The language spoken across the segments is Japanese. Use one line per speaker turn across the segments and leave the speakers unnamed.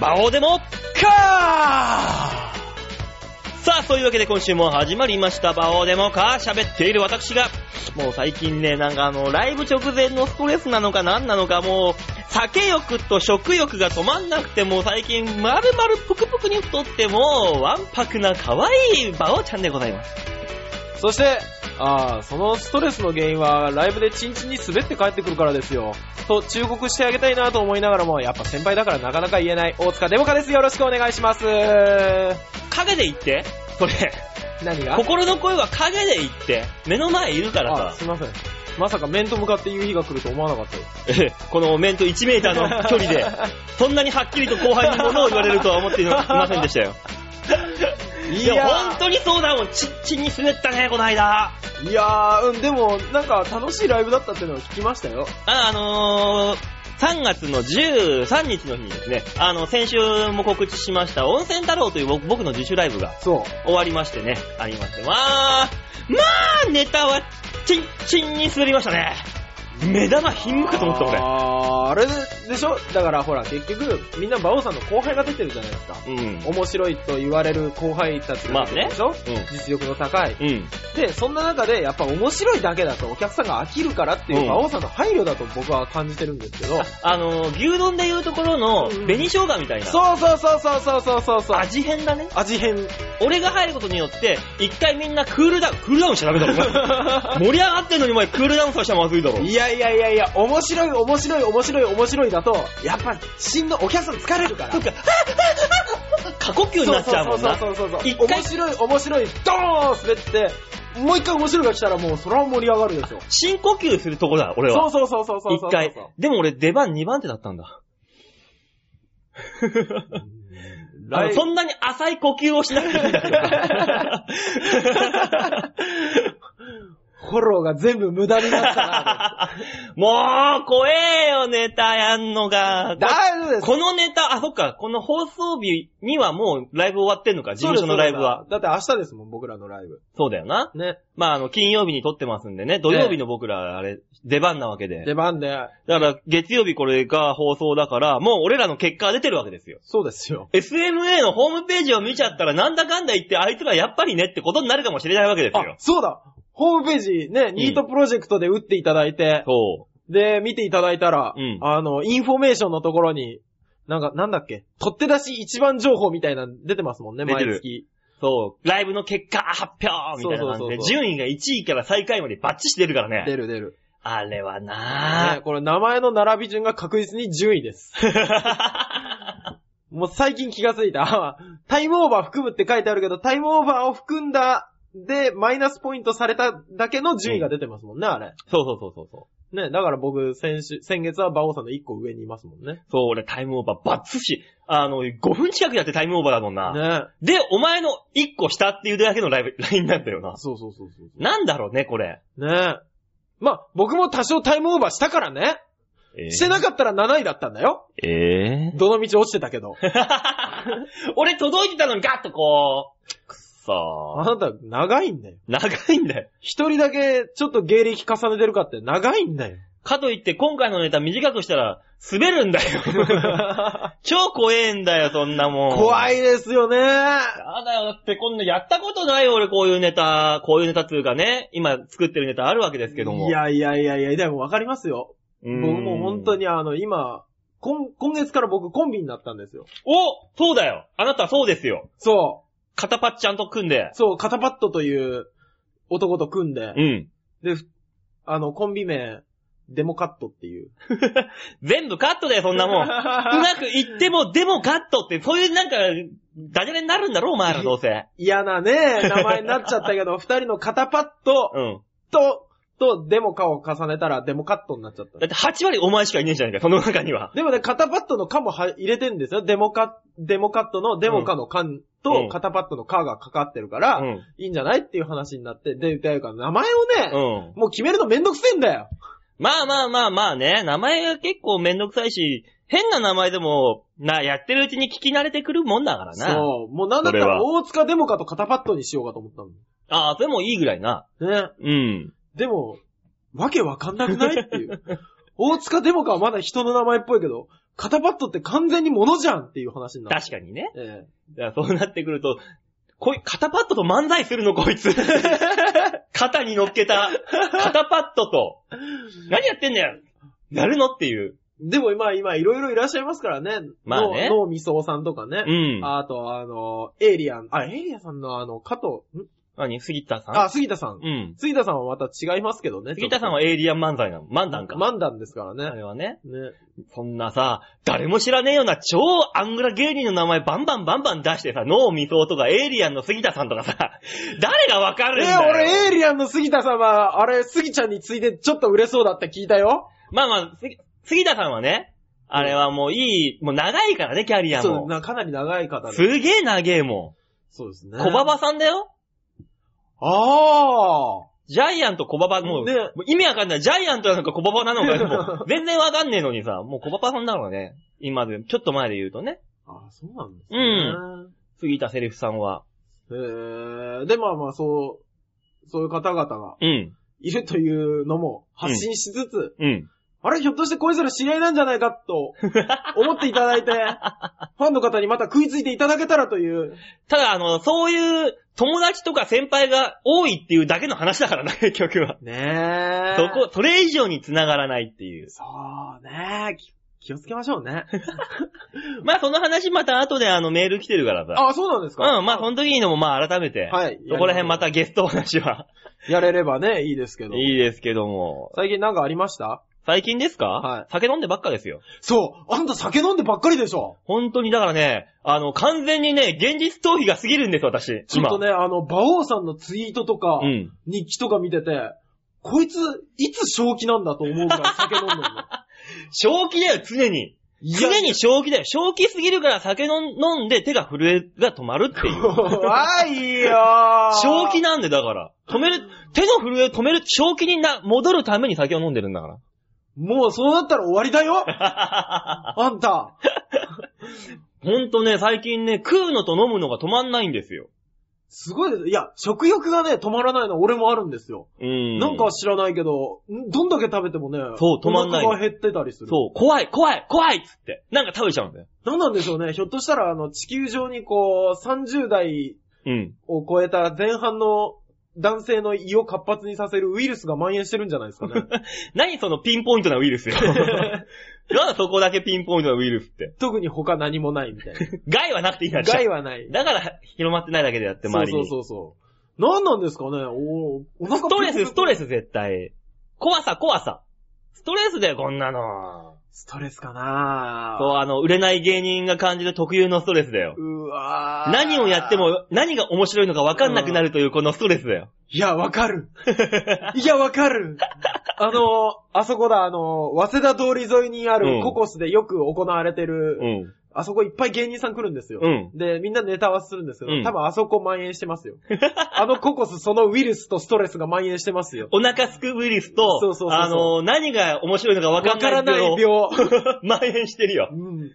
バオでもかーさあ、そういうわけで今週も始まりました。バオーデモか喋っている私が、もう最近ね、なんかあの、ライブ直前のストレスなのか何なのか、もう、酒欲と食欲が止まんなくて、もう最近、まるまるぷくぷくに太って、もう、わんぱくな可愛いバオちゃんでございます。
そして、あーそのストレスの原因は、ライブでチンチンに滑って帰ってくるからですよ。と、忠告してあげたいなと思いながらも、やっぱ先輩だからなかなか言えない、大塚デモカです。よろしくお願いします。
影で言って、それ。
何が
心の声は影で言って、目の前いるから
あ、
さ
すいません。まさか面と向かって夕日が来ると思わなかったです。
ええこの面と1メーターの距離で、そんなにはっきりと後輩に物を言われるとは思っていませんでしたよ。 い
い
や、
や
本当にそうだもん。ちっちに滑ったね、この間。
いやー、うん、でも、なんか楽しいライブだったっていうのを聞きましたよ。
あ、あのー、3月の13日の日にですね、あの、先週も告知しました、温泉太郎という僕僕の自主ライブが
そう。
終わりましてね、ありまして。まあ、まあ、ネタは、ちんちんに滑りましたね。目玉ひんむかと思った、俺。
あー、あれでしょだからほら、結局、みんな馬王さんの後輩が出てるじゃないですか。
うん。
面白いと言われる後輩たちが出てるでしょ、実力の高い。
うん。うん。
で、そんな中で、やっぱ面白いだけだとお客さんが飽きるからっていう
うん
馬王さんの配慮だと僕は感じてるんですけど、
あの、牛丼でいうところの
うん
紅生姜みたいな。
そうそうそうそうそうそうそうそう、
味変だね。
味変。
俺が入ることによって、一回みんなクールダウン、クールダウンしちゃダメだろ、お前 盛り上がってんのにお前クールダウンさせちゃまずいだろ。
いやいやいやいや、面白い面白い面白い面白いだと、やっぱ、しんど、お客さん疲れるから
と。か、 過呼吸になっちゃうもんな。
そうそうそうそう
一
そう。
回
面白い面白い、ドーン滑って、もう一回面白いが来たらもうそれは盛り上がるでしょ。
深呼吸するとこだ、俺
そ
は
う。そうそうそうそうそう。
一回。でも俺出番2番手だったん だ。あの
来
そんなに浅い呼吸をしなくていいんだ よ。
フォローが全部無駄になったな。
もう、怖えよ、ネタやんの が。
大丈夫です。
このネタ、あ、そっか、この放送日にはもうライブ終わってんのか、事務所のライブは。
そうです。そうですだって明日ですもん、僕らのライブ。
そうだよな。
ね。
まあ、あの、金曜日に撮ってますんでね、土曜日の僕ら、あれ、出番なわけで。
出番で、
だから、月曜日これが放送だから、もう俺らの結果が出てるわけですよ。
そうですよ。
SMA のホームページを見ちゃったら、なんだかんだ言って、あいつらやっぱりねってことになるかもしれないわけです
あ
よ、。
そうだホームページね、ニートプロジェクトで打っていただいて、
そ
で、見ていただいたら、
うん
あの、インフォメーションのところに、なんか、なんだっけ、取って出し一番情報みたいなの出てますもんね、
出て
毎
るう。
月。
そう。ライブの結果発表みたいな感じで、
そうそうそうそう
順位が1位から最下位までバッチしてるからね。
出る出る。
あれは
ね
なぁ。
これ名前の並び順が確実に順位です。もう最近気がついた。あ タイムオーバー含むって書いてあるけど、タイムオーバーを含んだ、で、マイナスポイントされただけの順位が出てますもんね、あれ。
そうそうそうそうそう。
ね、だから僕、先週、先月は馬王さんの1個上にいますもんね。
そう、俺タイムオーバーバッツし、あの、5分近くやってタイムオーバーだもんな。
ね。
で、お前の1個下っていうだけのライブ、 ラインなんだよな。
そうそうそうそうそ
なんだろうね、これ。
う。ねまあ、僕も多少タイムオーバーしたからね。してなかったら7位だったんだよ。
ええ
どの道落ちてたけど。
俺届いてたのにガッとこう、くっそ
あ
ー。
なた、長いんだよ。
長いんだよ。
一人だけ、ちょっと芸歴重ねてるかって、長いんだよ。
かといって今回のネタ短くしたら滑るんだよ。 超怖えんだよ、そんなもん。
怖
い。
いですよね。
やだよ、だってこんなやったことないよ、俺こういうネタ、こういうネタっていうかね、今作ってるネタあるわけですけども。
い、やいやいやいや、でもわかりますよ。
僕
僕もう本当。にあの、今、今、今月から僕コンビになったんですよ。
おそうだよあなたはそうですよ
そ
肩パッちゃんと組んで
う。。そう、カタパットという男と組んで、
うん。
で、ふあの、コンビ名、デモカットっていう。
全部カットだよ、そんな もん。うまくいっても、でもカットって、そういうなんか、ダジャレになるんだろ、お前らどうせ。
嫌なね、名前になっちゃったけど、二人のカタパット
うん。
と、と、デモカを重ねたらデモカットになっちゃった
だっ。て8割お前しかいねえじゃねえか、その中には。
でもね、カタパットのカもは入れてんですよ。デモカ、デモカットのデモカのカ
うんう
と
ん
カタパットのカがかかってるから、
うん。
いいんじゃないっていう話になって、で、歌うから名前を
う
ね、
ん。
もう決めるのめんどくせえんだよ。
まあまあまあまあね、名前が結構めんどくさいし、変な名前でも、な、やってるうちに聞き慣れてくるもんだからな。う。
そう。もうなんだっ
こ
た
れ
ら
は
大塚デモカとカタパットにしようかと思ったの
ああ、それもいいぐらいな。。
ね。
うん。
でも、わけわかんなくないっていう。大塚デモカはまだ人の名前っぽいけど、肩パッドって完全に物じゃんっていう話になる。
確かにね。
え
いやそうなってくると、こい、肩パッドと漫才するの、こい つ。肩に乗っけた、肩パッドと、何やってんだよやるのっていう。
えでも今、今、いろいろいらっしゃいますからね。
まあね
の脳みそさんとかね
う。ん。
あと、あの、エイリアン、あ、エイリアンさんのあの、加藤、ん
何杉田さん
あ、杉田さん。
うん。
杉田さんはまた違いますけどね。
杉田さんはエイリアン漫才なの。漫談か。
漫談ですから
あ
ね。
れはね。
ね。
そんなさ、誰も知らねえような超アングラ芸人の名前バンバンバンバン出してさ、脳みそとかエイリアンの杉田さんと かさ、誰がわか
え
るんだ
ー、
よ。
俺、エイリアンの杉田さんは、あれ、杉ちゃんについてちょっと売れそうだって聞いたよ。
まあまあ、杉杉田さんはね、あれはもういい、もう長いからね、キャリア
そう
も。
な、かなり長い方
す
で。
げえ長えも
そうですね。
ん。小馬場さんだよ
あ
ジャイアント小馬場、もう、
ね
もう意味わかんない。ジャイアントなのか小馬場なの か、もう全然わかんねえのにさ、もう小馬場さんだろうね。今で、ちょっと前で言うとね、
あ。あそうなんですね。
杉田セリフさんは。
へえで、まあまあ、そう、そういう方々が
うん、
いるというのも発信しつつ、
うん。
あれ、ひょっとしてこいつら知り合いなんじゃないか と思っていただいて、ファンの方にまた食いついていただけたらという。
ただ、あの、そういう友達とか先輩が多いっていうだけの話だからな、 結局は。
ねえ。
そこ、それ以上に繋がらないっていう。
そうねき気をつけましょうね。
まあ、その話また後であのメール来てるからさ。
あ、そうなんですか
うん、まあ、その時にのもまあ、改めて。
はい。
そこら辺またゲスト話は
やれればね、いいですけど。
いいですけども。
最近なんかありました
最近ですか
はい
酒飲んでばっかですよ。
そう、あんた酒飲んでばっかりでしょ。
本当にだからね、あの、完全にね、現実逃避が過ぎるんです、私。
ちょっとね、あの、馬王さんのツイートとか、
今。うん。
日記とか見てて、こいつ、いつ正気なんだと思うから酒飲んで るの。
正気だよ、常に。
いや
常に正気だよ。正気すぎるから酒飲ん飲んで手が震えが止まるって いう。
怖いよ
正気
な。
なんで、だから。止める、手の震えを止める、正気にな、戻るために酒を飲んでるんだから。
もうそうなったら終わりだ よあんた。
ほんとね、最近ね、食うのと飲むのが止まんないんですよ。
すごいです。いや、食欲がね、止まらないのは俺もあるんですよ。
うん。
なんか知らないけど、んどんだけ食べてもね、
そう止まんない
お腹が減ってたりする。
そう、怖い、怖い、怖いっつって。なんか食べちゃうんだよ。
なんなんでしょうね。ひょっとしたら、あの、地球上にこう、30代
うん。
を超えた前半の男性の胃を活発にさせるウイルスが蔓延してるんじゃないですかね。
何そのピンポイントなウイル スよ。なんでそこだけピンポイントなウイルスって。
特に他何もないみたいな。
害はなくていいなっちゃ
害はない。
だから広まってないだけでやって、
そ
周
う
り
そう
に。
そうそう。何なんですかねおお腹
ストレス、ストレ
ス。
ス絶対。怖さ、怖さ。ストレスだよ、こんなの。
ストレスかな
そう、あの、売れない芸人が感じる特有のストレスだよ。
うわー
何をやって。も、何が面白いのか分かんなくなるというこのストレスだよ。
いや、わかる。いや、わかる。あの、あそこだ、あの、早稲田通り沿いにあ
うん
るココスでよく行われてる、
うん。
あそこいっぱい芸人さん来るんですよ。
うん
で、みんなネタ合わせするんですけど、
うん
多分あそこ蔓延してますよ。 あのココス、そのウイルスとストレスが蔓延してますよ。
お腹すくウイルスと、
そうそうそうそう
あの、何が面白いのか分
わか
からんな
ないい
病。
病。
蔓延してるよ。
うん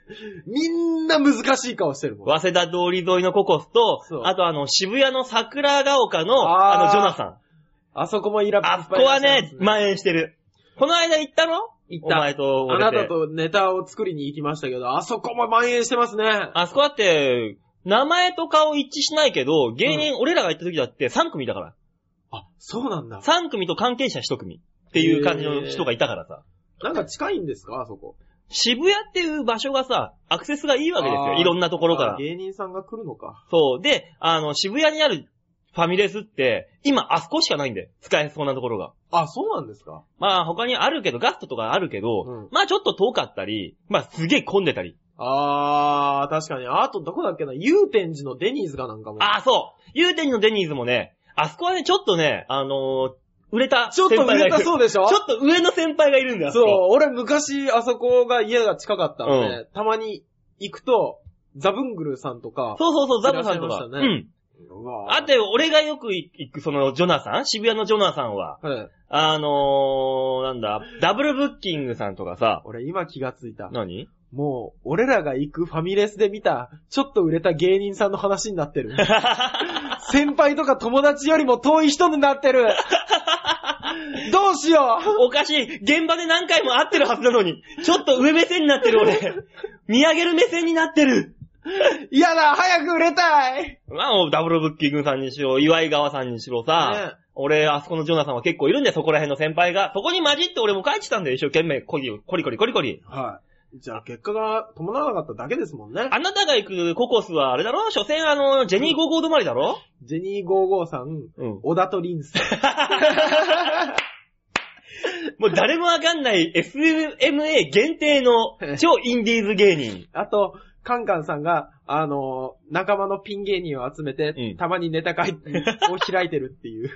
みんな難しい顔してるもん。
早稲田通り沿いのココスと
そう、
あとあの、渋谷の桜ヶ丘の、
あー
あの、ジョナサン。
あそこもイラ
あ
っ
そ
ぱい
こ
いら
は
っしゃいま
ね
す、
蔓延してる。この間行ったろ
行
お
った
前と
あ
俺
な
で
たとネタを作りに行きましたけど、あそこも蔓延してますね。
あそこだって、名前と顔一致しないけど、芸人、俺らが行った時だって3組だから。
あ、そうなんだ。
3組と関係者1組っていう感じの人がいたからさ。
なんか近いんですかあそこ。
渋谷っていう場所がさ、アクセスがいいわけです
あ
よ。
ー
いろんなところから
あ。芸人さんが来るのか。
そう。で、あの、渋谷にあるファミレスって、今あそこしかないんだよ。使えそうなところが。
あ、そうなんですか
まあ他にあるけど、ガストとかあるけど、
うん
まあちょっと遠かったり、まあすげえ混んでたり。
あー、確かに。あとどこだっけな祐天寺のデニーズがなんかも。
ああ、そうゆうてにのデニーズもね、あそこはね、ちょっとね、あのー売れた
ちょっ
先輩
と売
が
れ
いる。
たそうでしょ
ちょっと上の先輩がいるんだよ。あ
そう
こ、
俺昔あそこが家が近かったんで、
う
たまに行くと、ザブングルさんとか、
そうそうそう、ザブさんと
いらっし
か。
ゃいま
う
したね
ん。
うわ
あ
ー
と、俺がよく行く、その、ジョナさん渋谷のジョナさんは、
はい、
あのー、なんだ、ダブルブッキングさんとかさ、
俺今気がついた。
何
もう、俺らが行くファミレスで見た、ちょっと売れた芸人さんの話になっ てる。 先輩とか友達よりも遠い人になってる。どううしよう
おかしい。現場で何回も会ってるはずなのに。ちょっと上目線になってる俺。見上げる目線になってる。
嫌だ早く売れたい
まあ、もうダブルブッキングさんにしろ、岩井川さんにしろさ、
ね
俺、あそこのジョナさんは結構いるんだよ、そこら辺の先輩が。そこに混じって俺も帰ってたんだよ、一生懸命、コリコリコリコリコリ。
はい。じゃあ結果が伴わなかっただけですもんね。
あなたが行くココスはあれだろ所詮あの、ジェニー55止まりだろ
ジェニー55さん、
うん。
小田とリンさん。
もう誰もわかんない SMA 限定の超インディーズ芸人。
あと、カンカンさんが、あのー仲間のピン芸人を集めて、
うん
たまにネ タ会を開いてるっていう。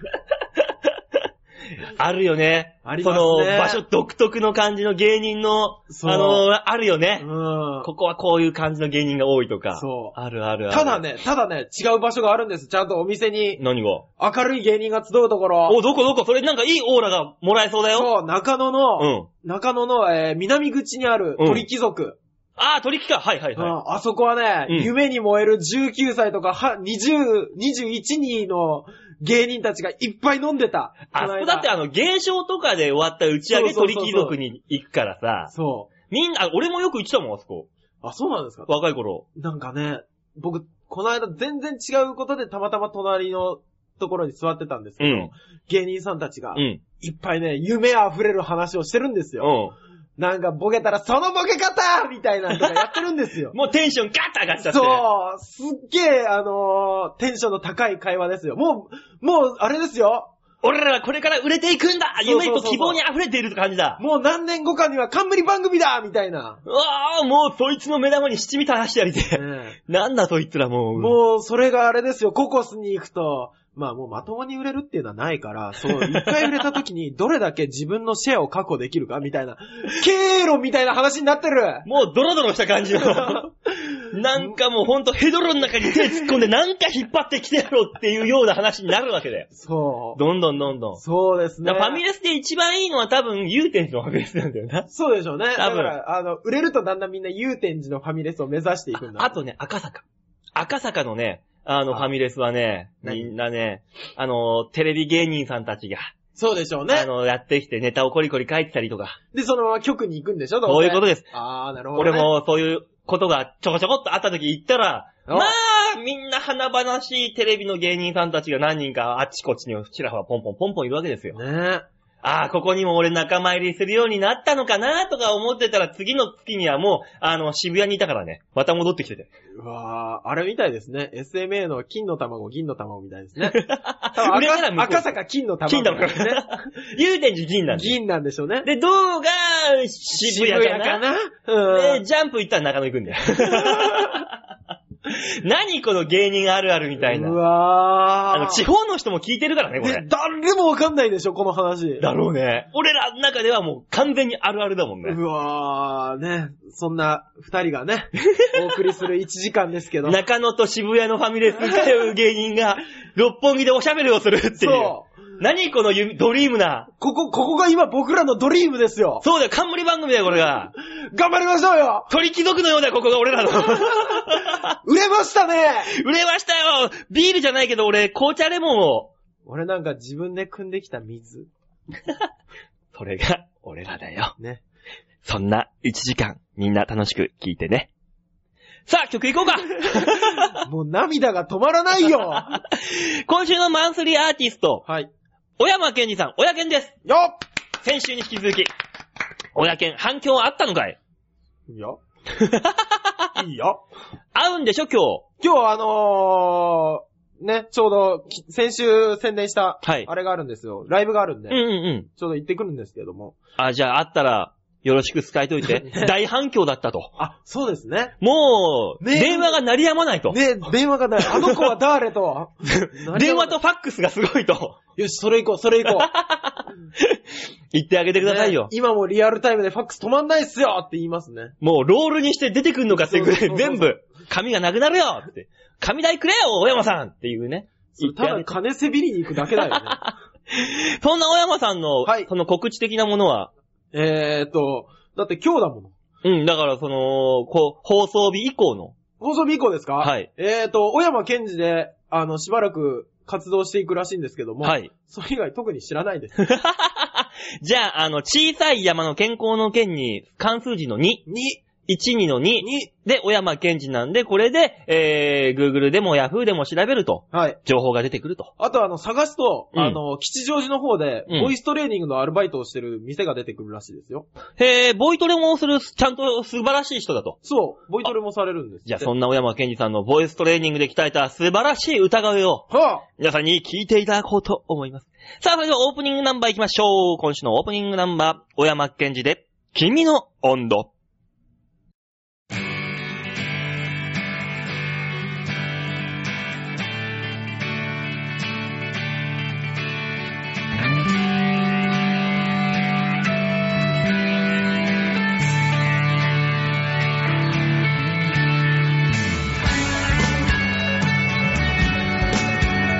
あるよね。
ありますね
その場所独特の感じの芸人の、あ
そう
の、あるよね、
うん。
ここはこういう感じの芸人が多いとか。
そう
あるあるある。
ただ。ね、ただね、違う場所があるんです。ちゃんとお店に
何が
明るい芸人が集うところ。
お、どこどこそれなんかいいオーラがもらえそうだよ。
そう、中野の、
うん。
中野の、えー南口にある
うん
鳥貴族。
ああ、鳥木か。はいはい
うん
は
あそこはね、
うん
夢に燃える19歳とかは20、21人の芸人たちがいっぱい飲んでた
い。。あそこ
の
だ
間
ってあの、現象とかで終わった打ち上げ
そう
鳥
そうそうそう
貴族に行くからさ、
そ
みんな、あ俺もよく行ってたもん、あそこ。
う。あ、そうなんですか
若い頃。
なんかね、僕、この間全然違うことでたまたま隣のところに座ってたんですけ
う
ど、
ん。
芸人さんたちが
う、ん。
いっぱいね、夢溢れる話をしてるんですよ。
う
なんかボケたら、そのボケ方みたいなのとかやってるんですよ
ん。。もうテンションガッと上がっちゃって。
そう、すっげえ、あのーテンションの高い会話ですよ。もう、もう、あれですよ。
俺らはこれから売れていくんだ
そうそう
夢
そう
と希望に溢れている感じだ。
もう何年後かには冠番組だみたい な。
うわあ、もうそいつの目玉に七味垂らしてやりてえ。
ね
なんだそいつらもう。
もう、それがあれですよ、ココスに行くと、まあもうまともに売れるっていうのはないから、そう、一回売れた 時にどれだけ自分のシェアを確保できるかみたいな、経路みたいな話になっ てる
もうドロドロした感じの。 なんかもうほんとヘドロの中に手突っ込んでなんか引っ張ってきてやろうっていうような話になるわ けだよ。
そ
どんどんどんどん。
う。そうですね
だ。からファミレスで一番いいのは多分、祐天寺のファミレスなんだよな。
そうでしょうね。だか
多分
ら、あの、売れるとだんだんみんな祐天寺のファミレスを目指していくんだ。
ああとね、赤坂。赤坂のね、あの、
あ
ファミレスはね、み
何
んなね、あの、テレビ芸人さんたちが、
そうでしょう
あ
ね。
の、やってきてネタをコリコリ書いてたりとか、
で、そのまま局に行くんでしょ
そういうことで
で。
す。
あー、なるほど、ね。
俺。もそういうことがちょこちょこっとあった時行ったら、
お
まあ、みんな華々しいテレビの芸人さんたちが何人かあっちこっちにちらほらポンポンポンポンいるわけですよ。
ね
ああ、ここにも俺仲間入りするようになったのかなとか思ってたら次の月にはもう、あの、渋谷にいたからね、また戻ってきてて。
うわー、あれみたいですね。SMA の金の卵、銀の卵みたいで すね。多
売れたら向こ
分
う
赤赤坂金の卵。
金だもん。 祐天寺銀なんで。
銀なんでしょうね。
で、銅が渋谷かな
うん
で、。ジャンプ行ったら中野行くんだよ。 何この芸人あるあるみたいうな。
わ
あ
ー。
の、地方の人も聞いてるからね、こ
で
れ。
誰もわかんないでしょ、この話。
だろうね。俺らの中ではもう完全にあるあるだもんね。
うわー、ね。そんな二人 がね、お送りする1時間ですけど。
中野と渋谷のファミレスに通う芸人が、 六本木でおしゃべりをするっていう。
そう。
何この夢ドリームな。
ここ、ここが今僕らのドリームですよ。
そうだよ、冠番組だよ、これ が。
頑張りましょうよ
鳥貴族のようだよ、ここが俺らの。
売れましたね
売れましたよビールじゃないけど俺、紅茶レモンを。
俺なんか自分で汲んできた水。
それが、俺らだよ。
ね。
そんな、1時間、みんな楽しく聞いてね。さあ、曲いこう か
もう涙が止まらないよ
今週のマンスリーアーティスト、
はい。
小山健二さん、小山健です。
よ
先週に引き続き、小山健、反響あったのかい
っいい よ。いいよ。
合うんでしょ、今日。
今日あのー、ね、ちょうどき、先週宣伝した、
はい
あれがあるんですよ。ライブがあるんで、
うんうんうん。
ちょうど行ってくるんですけども。
あ、じゃあ、あったら、よろしく伝えといて。 大反響だったと。
あ、そうですね。
もう、
メール
電話が鳴りやまないと。
ね、電話がない。あの子は誰 と
電話と。ファックスがすごいと。
よし、それ行こう、それ 行こう。
言ってあげてくださいよ。
ね今もリアルタイムでファックス止まんないっすよって言いますね。
もうロールにして出てくんのかっていうぐらい
そうそうそうそ
全
う
部、紙がなくなるよって。紙代くれよ、大山さんっていうね。
それただ金せびりに行くだけだ よね。
そんな大山さんの、
はい
その告知的なものは、
えーっと、だって今日だもの。
うん、だからその、こう、放送日以降の、
放送日以降ですか
はい。
えーっと、小山健二で、あの、しばらく活動していくらしいんですけども、
はい。
それ以外特に知らないです。
じゃあ、あの、小さい山の健康の県に、関数字の2。
に、
1、2の2。
に、
で、小山健治なんで、これで、えー、Google でも Yahoo でも調べると、
はい。
情報が出てくると。
あとあの、探すと、
うん
あの、吉祥寺の方で、
うん
ボイストレーニングのアルバイトをしてる店が出てくるらしいですよ。
へー、ボイトレもする、ちゃんと素晴らしい人だと。
そう、ボイトレもされるんですって。
じゃあ、そんな小山健治さんのボイストレーニングで鍛えた素晴らしい歌声を、
は
皆さんに聞いていただこうと思います。さあ、それではオープニングナンバー行きましょう。今週のオープニングナンバー、小山健治で、君の温度。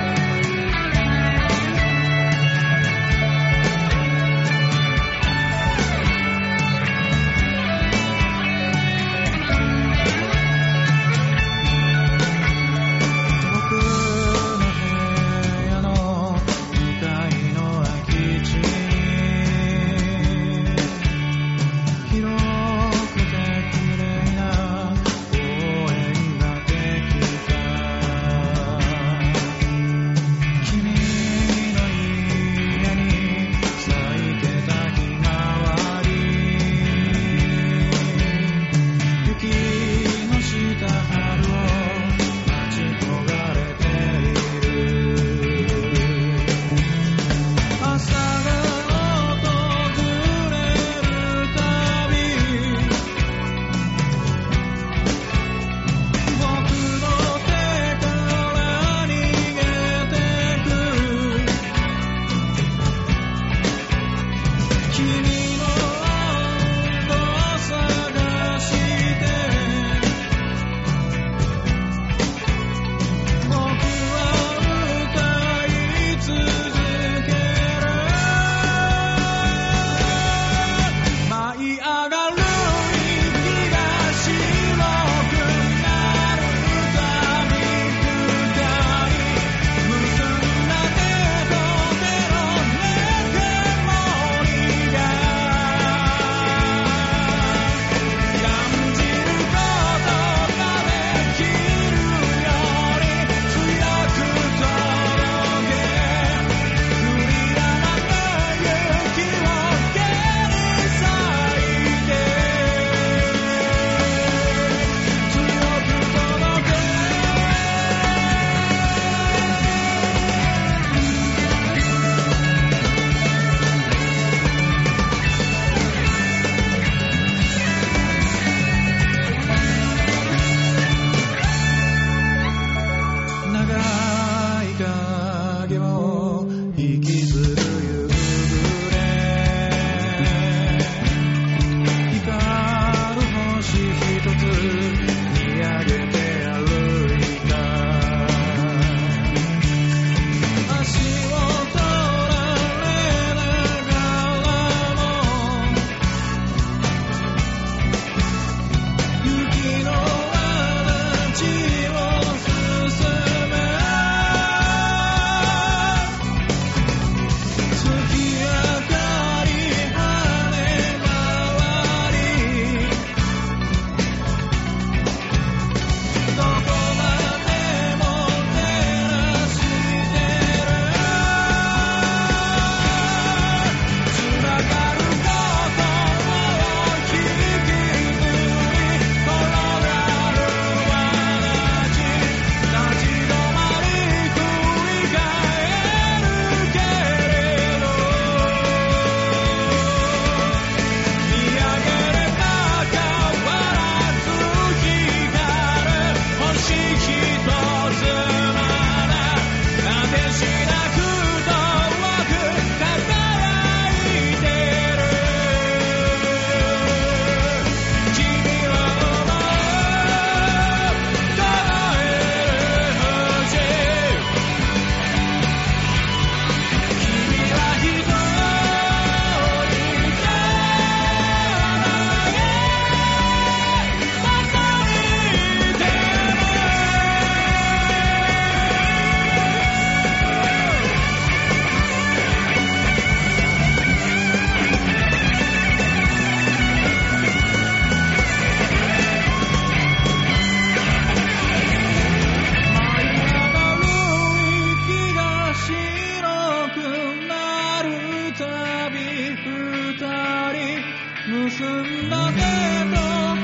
「君の温度」結んだ手と手の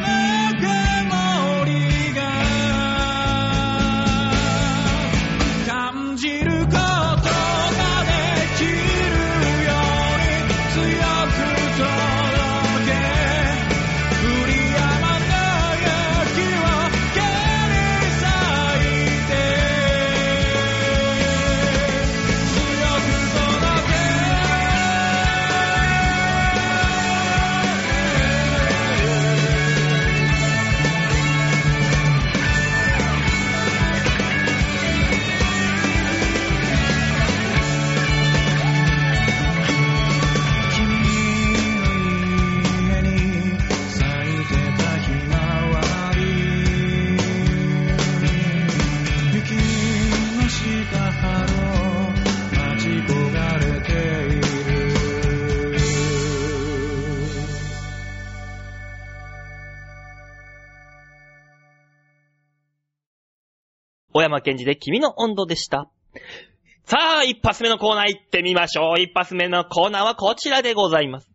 ぬくもりが感じることができるように強く届け振り山の雪を蹴り裂いて強く届け君の夢に咲いてたひまわり雪の下春を待ち焦がれている
小山健二で君の温度でした。さあ、一発目のコーナー行ってみましょう。一発目のコーナーはこちらでございます。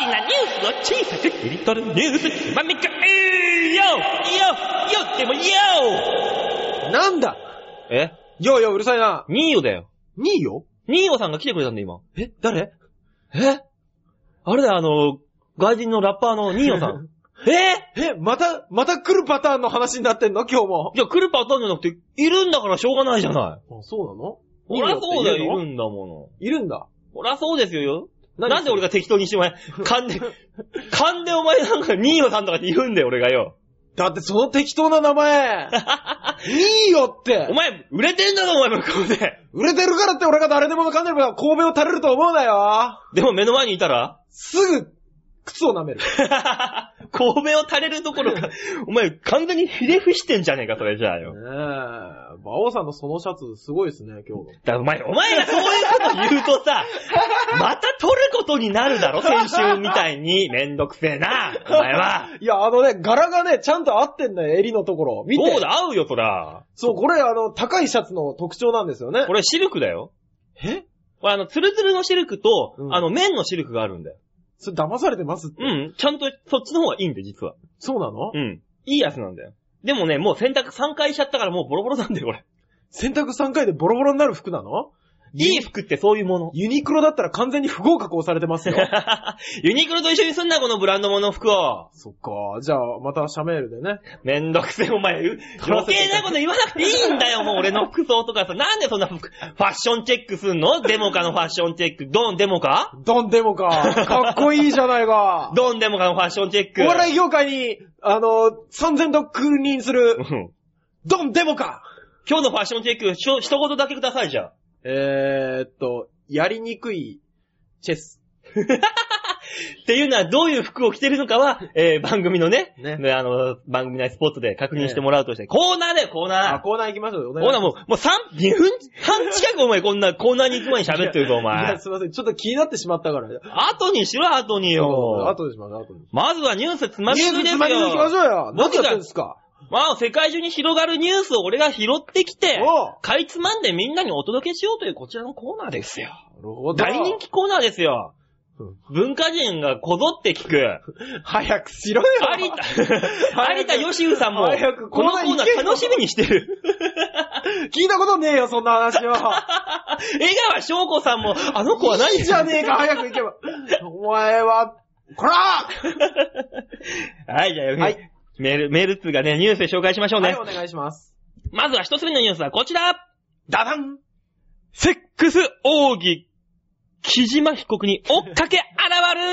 大きなニュースを小さく切り取るニュース、つまみ食いよよよでもよ
なんだ
え
よいよ、うるさいな。
ニーヨだよ。
2位よ
ニーヨさんが来てくれたんだ今。
え、誰
えあれだよ、あの、外人のラッパーのニーヨさん。 え
え、また、また来るパターンの話になってんの今日も。
じゃあ来るパターンじゃなくて、いるんだからしょうがないじゃない。
そう
ほ
なの
らそうだよ、いる
いるの
んだも
いるんだ。
の。ほらそうですよ。なんで俺が適当にしてお前、勘 で、勘でお前なんかニーヨさんとかって言うんだよ、俺がよ。
だってその適当な 名前、いいよって
お前、売れてんだぞ、お前、向こうで。
売れてるからって俺が誰でも噛んでれば神戸を垂れると思うなよ
でも目の前にいたら
すぐ、靴を舐める。
神戸を垂れるどころ か、お前、完全にひれ伏してんじゃねえか、それじゃあ
ね
よ。
え、馬王さんのそのシャツすごいですね、今日の。
だからお前、お前がそういうこと言うと さ、また取ることになるだろ、先週みたい に。めんどくせえな、お前は。
いや、あのね、柄がね、ちゃんと合ってんだよ、襟のとこ ろ。見て。
そうだ、合うよ、そら。
そう、これ、あの、高いシャツの特徴なんですよね。
これシルクだよ。
え
これあの、ツルツルのシルクと、
うん
あの、綿のシルクがあるんだよ。
それ騙されてますって。
うん、ちゃんと、そっちの方がいいんだよ、実は。
そうなの、
うん。いいやつなんだよ。でもね、もう洗濯3回しちゃったからもうボロボロなんだよ、これ。
洗濯3回でボロボロになる服なの
いい服ってそういうもの。
ユニクロだったら完全に不合格をされてますよ。
ユニクロと一緒にすんな、このブランド物の服を。
そっか、じゃあ、またシャメールでね。
めんどくせえ、お前。う余計なこと言わなくていいんだ よ、もう俺の服装とかさ。なんでそんな服ファッションチェックすんのデモカのファッションチェック。ドンデモカ
ドンデモか。かっこいいじゃない か。
ドンデモカのファッションチェック。
お笑い業界に、あの、3000ドック任する
う、ん
ドンデモか。
今日のファッションチェック、ひと一言だけください、じゃあ。
えーっと、やりにくい、チェス。
っていうのはどういう服を着てるのかは、えー、番組のね、
ね
あの、番組内スポットで確認してもらうとして、コーナーだよ、コー
あ、
ナー。
コーナー行きましょう。お
コ
願い
ー
し
ナ
ま
ー
す
もう、もう3、2分半近くお前こんなコーナーに行く前に喋ってるぞ、お
い
前
や、。すいません。ちょっと気になってしまったから。
後にしろ、後に
あ
よ。
とでします、あとでし
まずはニュースつま
ま
み
す。
食いですよ。
ニュースつまみに行きましょうよ。何
僕
や
が
ってんですか
まあ、世界中に広がるニュースを俺が拾ってきて
おう、
かいつまんでみんなにお届けしようというこちらのコーナーですよ。
なるほど。
大人気コーナーですよ
うん。
文化人がこぞって聞く。
早くしろよ。
有 田、有田義生さんも、
早く
このコーナー楽しみにしてる。
聞いたことねえよ、そんな話は。
江川翔子さんも、あの子は何
いいじゃねえか、早く行けば。お前は、こら
はい、じゃあ、
はい
メール、メールっつうかね、ニュースで紹介しましょう
は
ね。
い、お願いします。
まずは一つ目のニュースはこちら
ダダン
セックス奥義、木島被告に追っかけ現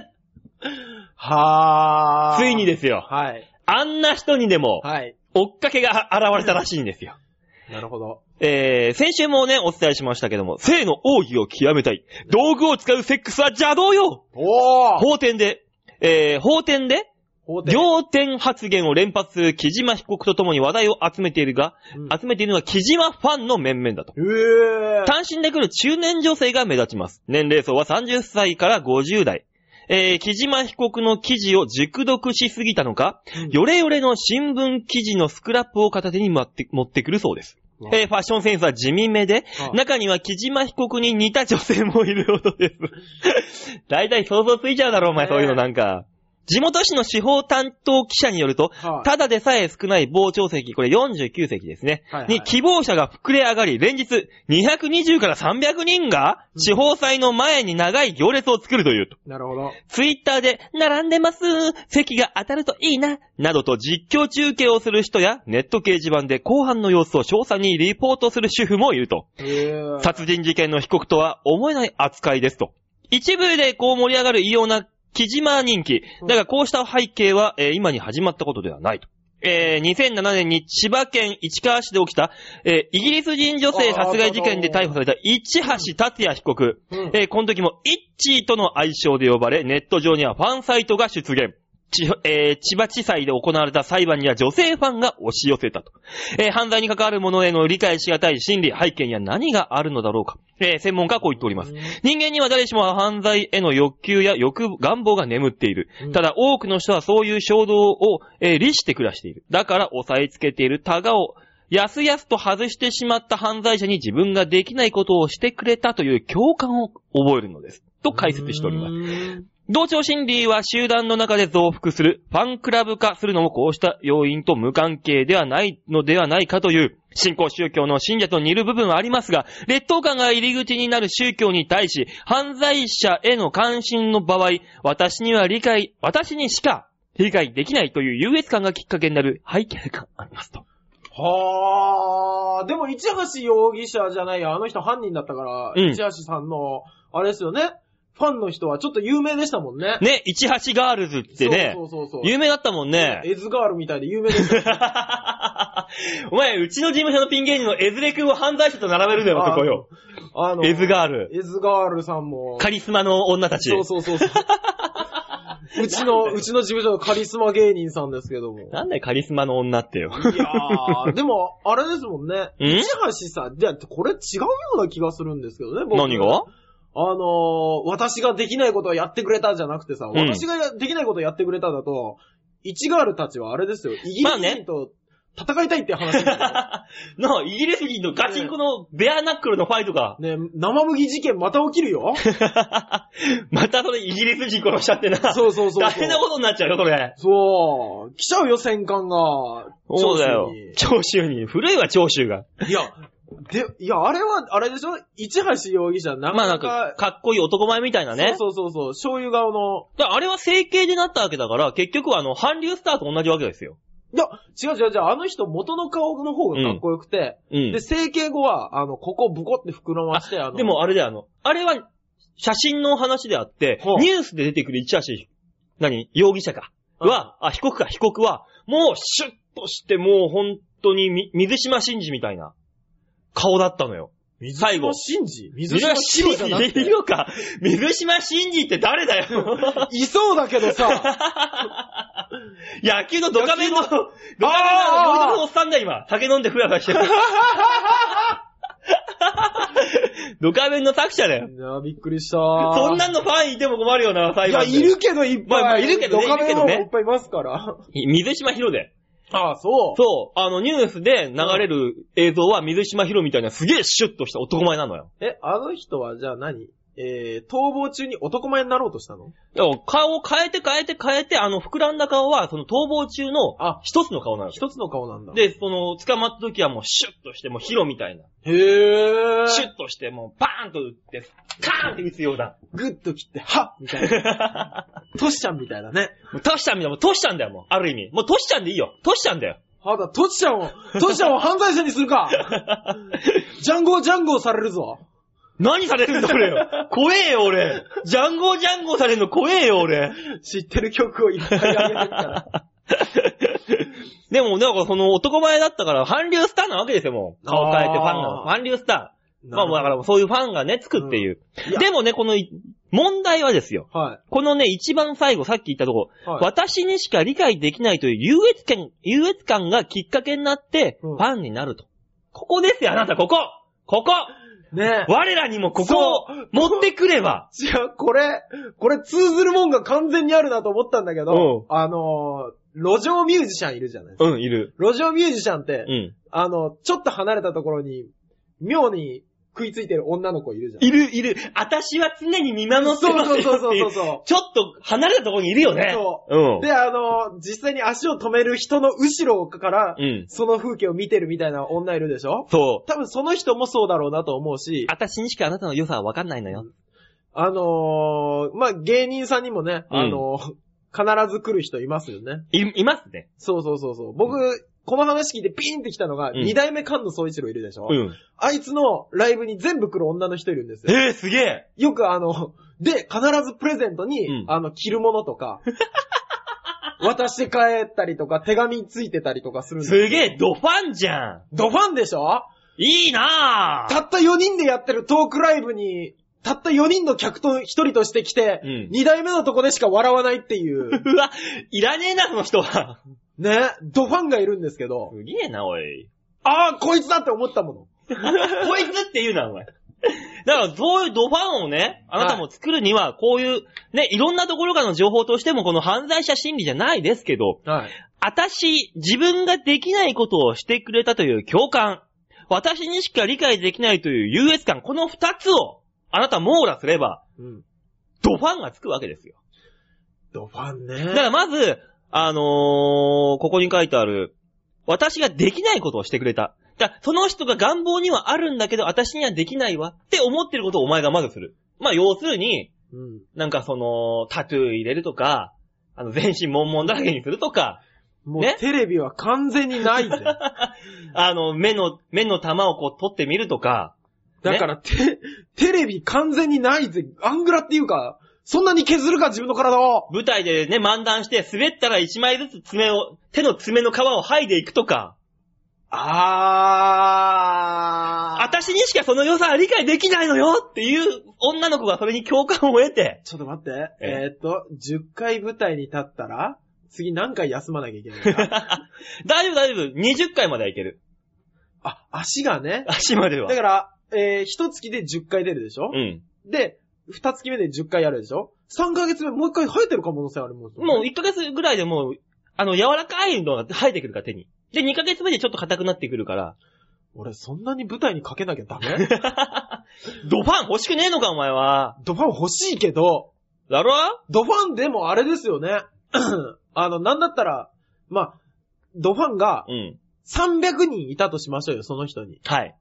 る
はー。
ついにですよ。
はい。
あんな人にでも、
はい。
追っかけが現れたらしいんですよ。
なるほど。
えー、先週もね、お伝えしましたけども、性の奥義を極めたい。道具を使うセックスは邪道よ
おー
法廷で、えー、法廷で、
法廷
仰天発言を連発する木島被告と共に話題を集めているが、
うん
集めているのは木島ファンの面々だと。
えー。
単身で来る中年女性が目立ちます。年齢層は30歳から50代。えー、木島被告の記事を熟読しすぎたのか、
うん
ヨレヨレの新聞記事のスクラップを片手に持って持ってくるそうです。えーファッションセンスは地味めで、
あ
中には木島被告に似た女性もいるほど です。大体想像ついちゃうだろ、お前、
ねえ
そういうのなんか。地元紙の司法担当記者によると、
はい
ただでさえ少ない傍聴席、これ49席ですね、
はいはい
に希望者が膨れ上がり、連日220から300人が地方祭の前に長い行列を作るというと。
なるほど。
ツイッターで、並んでます席が当たるといいななどと実況中継をする人や、ネット掲示板で後半の様子を詳細にリポートする主婦もいると。
へぇ
殺人事件の被告とは思えない扱いですと。一部でこう盛り上がる異様な木島人気。だがこうした背景は、えー今に始まったことではないと。えー2007年に千葉県市川市で起きた、えーイギリス人女性殺害事件で逮捕された市橋達也被告。
うん
えーこの時もイッチーとの愛称で呼ばれ、ネット上にはファンサイトが出現。ちえー千葉地裁で行われた裁判には女性ファンが押し寄せたと。えー犯罪に関わる者への理解しがたい心理、背景には何があるのだろうか。えー専門家はこう言っております。人間には誰しも犯罪への欲求や欲、願望が眠っている
うん。
ただ多くの人はそういう衝動を、えー利して暮らしている。だから押さえつけているタガを、やすやすと外してしまった犯罪者に自分ができないことをしてくれたという共感を覚えるのです。と解説しております。
す。
同調心理は集団の中で増幅する、ファンクラブ化するのもこうした要因と無関係ではないのではないかという、信仰宗教の信者と似る部分はありますが、劣等感が入り口になる宗教に対し、犯罪者への関心の場合、私には理解、私にしか理解できないという優越感がきっかけになる背景がありますと。
はぁでも市橋容疑者じゃないや、あの人犯人だったから、
うん
市橋さんの、あれですよね、ファンの人はちょっと有名でしたもんね。
ね、市橋ガールズってね、
そうそうそうそう。
有名だったもんね。
エズガールみたいで有名で した。
お前、うちの事務所のピン芸人のエズレ君を犯罪者と並べるんだよ、
あ
そこよ。
あの、
エズガール。
エズガールさんも。
カリスマの女たち。
そうそうそうそう。 うちの、うちの事務所のカリスマ芸人さんですけども。い
なんだよ、カリスマの女ってよ。
やー、でも、あれですもんね。
ん
市橋さん、じゃあこれ違うような気がするんですけどね、僕
何が
あのー、私ができないことをやってくれたじゃなくてさ、
ん
私ができないことをやってくれただと、イチガールたちはあれですよ、イギリス
まあね
人と戦いたいって話ですよ、
なあ、イギリス人のガチンコのベアナックルのファイトが。
ね生麦事件また起きるよ
またそれイギリス人殺しちゃってな。
そうそうそうそう
大変なことになっちゃうよ、これ。
そう、来ちゃうよ、戦艦が。
そうだよ
長
長州
州に。
に。古いわ、長州が。
いや、で、いや、あれは、あれでしょ市橋容疑者、な
まあな
かなん
か
か、、
かっこいい男前みたいなね。
そうそうそうそう、醤油顔の、
だからあれは整形になったわけだから、結局はあの、韓流スターと同じわけですよ。
いや、違う違う違う、あの人元の顔の方がかっこよくて、
うん
で、。整形後は、あの、ここブコって膨らまして、あの、
でもあれだよ、あの、あれは、写真の話であって、
ほう
ニュースで出てくる一橋、何容疑者か。
うん
は、あ、被告か、被告は、もう、シュッとして、もう、本当にみ、水島真司みたいな、顔だったのよ。
水
最後
島真司水
水島
島真
真
司じゃな
司
く
いる
て。
のか水島真司って誰だ よ
いそうだけ どさ、
野球のドカベンの、ドカベンの、
あー
ドカベンのおっさんだ、今。酒飲んでふやふやして る。ドカベンの作者だよ。
いや、びっくりした。
そ
そ
んなのファンいても困るよな、
い
裁
や、
判で。
いるけどいっぱい。
まあまあいるけどね
ドカベ
い
ン
るけどね
の方がいっぱいいま すから。
水島ヒロで。
ああ、そう。
そう、あの、ニュースで流れる映像は水島ヒロみたいなすげえシュッとした男前なのよ。
え、あの人はじゃあ何えー、逃亡中に男前になろうとしたの
だから顔を変えて変えて変えて、あの、膨らんだ顔は、その逃亡中の
あ
一つの顔なのよ。
一つの顔なんだ。
で、その、捕まった時はもうシュッとして、もうヒロみたいな。
へぇ
シュッとして、もうバーンと打って、カーンって打つよう な。
グッと切って、はっみた いな。トシちゃんみたいなね。
もうトシちゃんみたいな、もうトシちゃんだよ、もう。ある意味。もうトシちゃんでいいよ。トシちゃんだよ。
あだ、トシちゃんを、トシちゃんを犯罪者にするか ジャンゴージャンゴーされるぞ。
何されるんだ、俺よ。怖えよ、俺。ジャンゴージャンゴーされるの怖えよ、俺。
知ってる曲をいっぱいあげてるから。
でも、なんかその男前だったから、韓流スターなわけですよ、もう。顔変えてファンなの。
あ
韓流スター。まあ、
なるほど
だからそういうファンがね、つくっていう。
うんいや
でもね、このい、問題はですよ。
はい。
このね、一番最後、さっき言ったとこ、
はい
私にしか理解できないという優越感、優越感がきっかけになって、
うん
ファンになると。ここですよ、あなた、ここここ
ねえ。
我らにもここを持ってくれば
違う、これ、これ通ずるもんが完全にあるなと思ったんだけど、あのー路上ミュージシャンいるじゃないですか。
うん、いる。
路上ミュージシャンって、
うん。
あの、ちょっと離れたところに、妙に食いついてる女の子いるじゃん。
いる、いる。私は常に見守ってますよってい
そうそうそうそうそう
ちょっと離れたところにいるよね。。
そう
ん。
で、あの、実際に足を止める人の後ろから、
うん。
その風景を見てるみたいな女いるでしょ
そう。
多分その人もそうだろうなと思うし、
私にしかあなたの良さはわかんないのよ。
あのー、まあ、芸人さんにもね、
うん
あのー必ず来る人いますよね。
い、いますね。
そうそうそうそう。僕、この話聞いてピーンって来たのが、
うん
二代目菅野総一郎いるでしょ、
うん。
あいつのライブに全部来る女の人いるんですよ。
えー、すげえ
よくあの、で、必ずプレゼントに、
うん
あの、着るものと か、渡して帰ったりとか、手紙ついてたりとかするんですよ
すげえ、ドファンじゃん
ドファンでしょ
いいなぁ
たった4人でやってるトークライブに、たった4人の客と1人として来て、
うん
2代目のとこでしか笑わないっていう、
うわ、いらねえな、その人は。
ね、ドファンがいるんですけど、
すげえな、おい。
ああ、こいつだって思ったもの。
こいつって言うな、お前。だから、そういうドファンをね、あなたも作るには、こういう、ね、いろんなところからの情報としても、この犯罪者心理じゃないですけど、
はい。
私、自分ができないことをしてくれたという共感、私にしか理解できないという優越感、この二つを、あなた網羅すれば、
うん。
ドファンがつくわけですよ。
ドファン
だか
ね。
らまず、あのー、ここに書いてある、私ができないことをしてくれた。だからその人が願望にはあるんだけど、私にはできないわって思ってることをお前がまずする。まあ、要するに、
うん。
なんかその、タトゥー入れるとか、あの、全身悶々だらけにするとか、
もう、
ね
テレビは完全に ないぜ。
あの、目の、目の玉をこう取ってみるとか、
だから、テ、テレビ完全にないぜ。アングラっていうか、そんなに削るか自分の体を。
舞台でね、漫談して、滑ったら一枚ずつ爪を、手の爪の皮を剥いでいくとか、
あー。
私にしかその良さは理解できないのよっていう女の子がそれに共感を得て、
ちょっと待って。
え
えーっと、10回舞台に立ったら、次何回休まなきゃい けないんだ
大丈夫大丈夫、20回まではいける。
あ、足がね。
足までは。
だから、えー、1月で10回出るでしょ
うん。
で、2月目で10回やるでしょ ?3 ヶ月目もう1回生えてる可能性あるもん。
もう1ヶ月ぐらいでもう、あの、柔らかいのが生えてくるから手に。で、2ヶ月目でちょっと硬くなってくるから、
俺そんなに舞台にかけなきゃダメ
ドファン欲しくねえのかお前は。
ドファン欲しいけど、
だろ
ドファンでもあれですよね。 あの、なんだったら、まあ、ドファンが
うん。
300人いたとしましょうよ、その人に。
はい。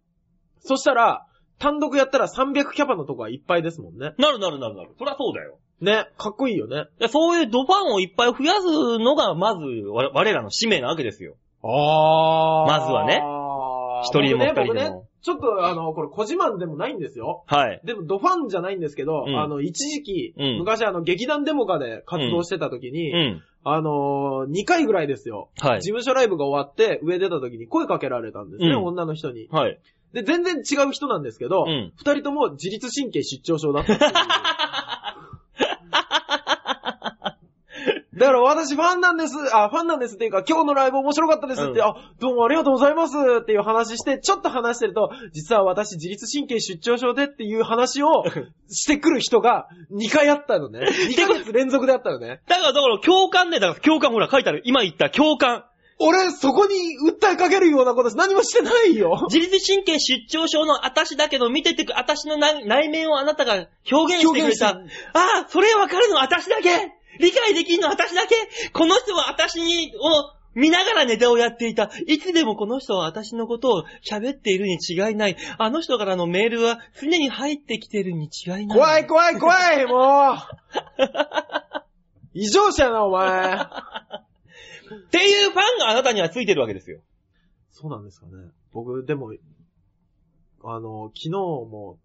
そしたら、単独やったら300キャパのとこはいっぱいですもんね。
なるなるなるなる。そりゃそうだよ。
ね、かっこいいよね。
でそういうドファンをいっぱい増やすのが、まず我、我らの使命なわけですよ。
あ
まずはね一人でも二人でも
僕ね、僕ねちょっとあの、これ、小自慢でもないんですよ。
はい。
でも、ドファンじゃないんですけど、
うん
あの、一時期、
うん
昔あの、劇団デモカで活動してた時
う
に、
ん。
あのー、2回ぐらいですよ。
はい
事。務所ライブが終わって、上出た時に声かけられたんですね、
うん
女の人に。
はい。
で、全然違う人なんですけど、
う
二、
ん
人とも自律神経失調症だったって いうだから私ファンなんです、あ、ファンなんですっていうか、今日のライブ面白かったですって、
うん
あ、どうもありがとうございますっていう話して、ちょっと話してると、実は私自律神経出張症でっていう話をしてくる人が2回あったの ね。2ヶ月連続であったのね。
だから、だから、共感ね、だから、共感、ほら、書いてある。今言った共感。
俺、そこに訴えかけるようなことし何もしてないよ。
自律神経失調症の私だけど、見ててく、私の内内面をあなたが表現してくれた。あ
表
あー、それわかるの私だけ理解できるの私だけこの人は私に、を、見ながらネタをやっていた。いつでもこの人は私のことを喋っているに違いない。あの人からのメールは常に入ってきているに違いない。
怖い怖い怖い、も う。異常者やな、お前。
っていうファンがあなたにはついてるわけですよ。
そうなんですかね。僕、でも、あの、昨日も、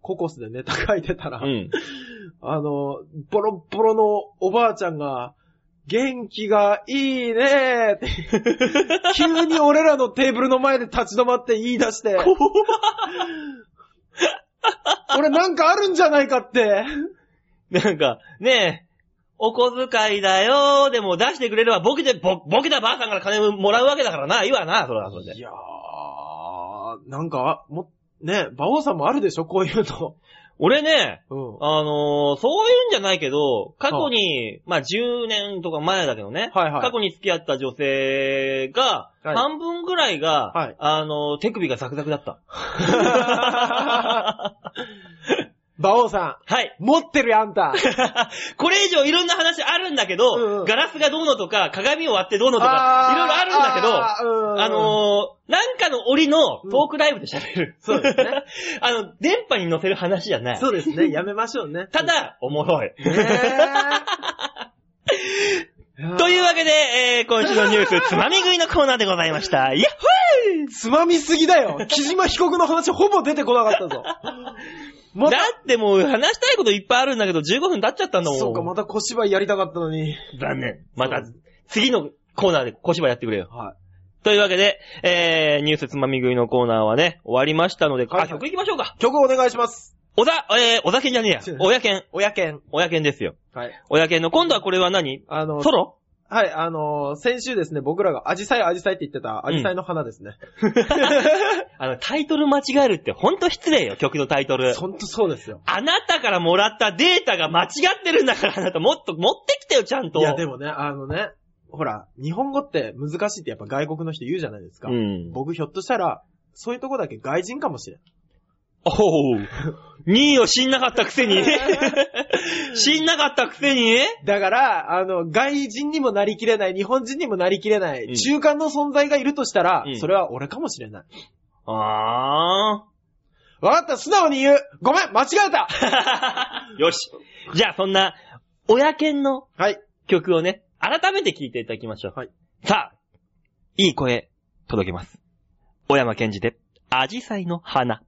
ココスでネタ書いてたら、
ん。
あの、ボロッボロのおばあちゃんが、元気がいい ねーって、急に俺らのテーブルの前で立ち止まって言い出して、俺なんかあるんじゃないかって。
なんか、ねえ、お小遣いだよーでも出してくれれば、ボケて、ボ、ボケたばあさんから金もらうわけだからな、いいわな、それはそれ
い
で。
やー、なんか、も、ね、馬王さんもあるでしょこういうの。
俺ね、
うん。は
あのーそういうんじゃないけど、過去に、まあ、10年とか前だけどね、
はいはい
過去に付き合った女性が、
はい
半分ぐらいが、
はい
あのー手首がザクザクだ った。
馬王さ
はい。
ん、持ってるよ、あんた。
これ以上いろんな話あるんだけど、
うんうん
ガラスがどうのとか、鏡を割ってどうのとか、いろいろあるんだけど、
けど
あのーなんかの折の
うん
トークライブで喋る。
そうですね。
あの、電波に乗せる話じゃない。
そうですね、やめましょうね。
ただ、おもろい。
ねえ
というわけで、えー、今週のニュー ス、つまみ食いのコーナーでございました。いやっ
つまみすぎだよ木島被告の話ほぼ出てこなかった ぞ。ま
だ
た、
ってもう話したいこといっぱいあるんだけど、15分経っちゃったんだもん。
そうか、また小芝居やりたかったのに。
残念。また、次のコーナーで小芝やってくれよ。
は
というわけで、えー、ニュースつまみ食いのコーナーはね、終わりましたので、
はいは
あ、
い
曲行きましょうか。
い。曲お願いします。
小田、えー、小田県じゃねえ
違
や
う。
小田県。
親犬。
小田県ですよ。
はい。
小田県の、今度はこれは何
あの、
ソロ
はい、あのー先週ですね、僕らがアジサイアジサイって言ってた、アジサイの花ですね。
あの、タイトル間違えるってほんと失礼よ、曲のタイトル。
ほんとそうですよ。
あなたからもらったデータが間違ってるんだから、あなたもっと持ってきてよ、ちゃんと。
いや、で
も。
もね、あのね、ほら、日本語って難しいってやっぱ外国の人言うじゃないですか。
うん。
僕ひょっとしたら、そういうとこだけ外人かもしれん。
おう。2位を知んなかったくせ に知んなかったくせに
だから、あの、外人にもなりきれない、日本人にもなりきれない、
うん
中間の存在がいるとしたら、
うん
それは俺かもしれない。
あ
わかった、素直に言うごめん間違 えた
ー。よし。じゃあそんな、親犬の
はい。
曲をね、改めて聴いていただきましょう。
はい。
さあ、いい声、届けます。小山健二で、アジサイの花。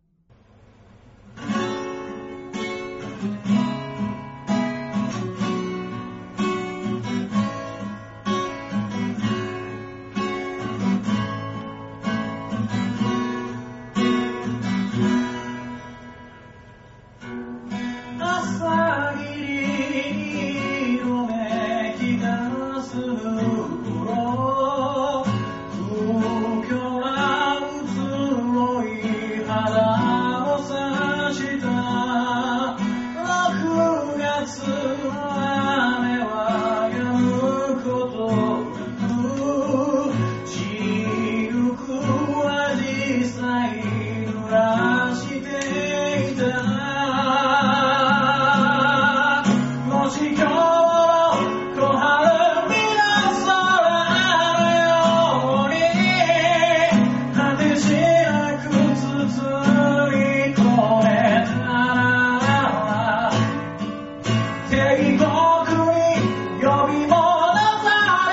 朝霧のきがする頃東京は移ろい花をさした6月の雨はやむことなく散りゆくは実際濡らしていたもし今日小春皆空のように果てしなく包み込めたら帝国に呼び戻され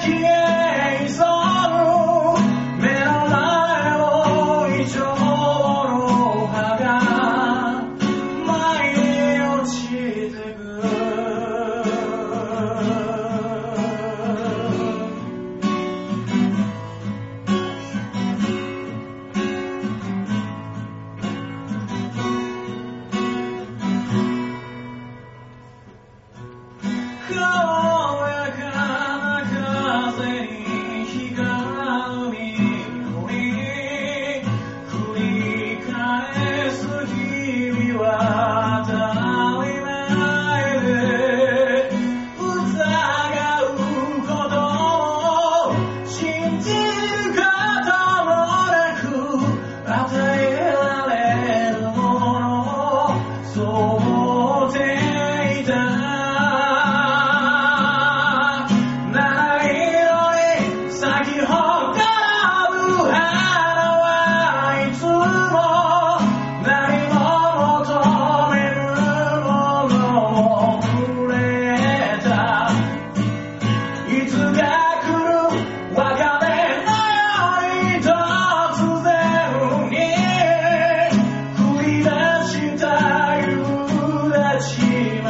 消え急ぐ目の前を異常の葉が舞い落ちてく爽やかな風に光る緑繰り返す日々は当たり前で疑うことを信じることもなく与えられるものをそう思っていたないのに先ほどから無花はいつも何も求めるものをくれたいつが来る別れのように突然に繰り出した夢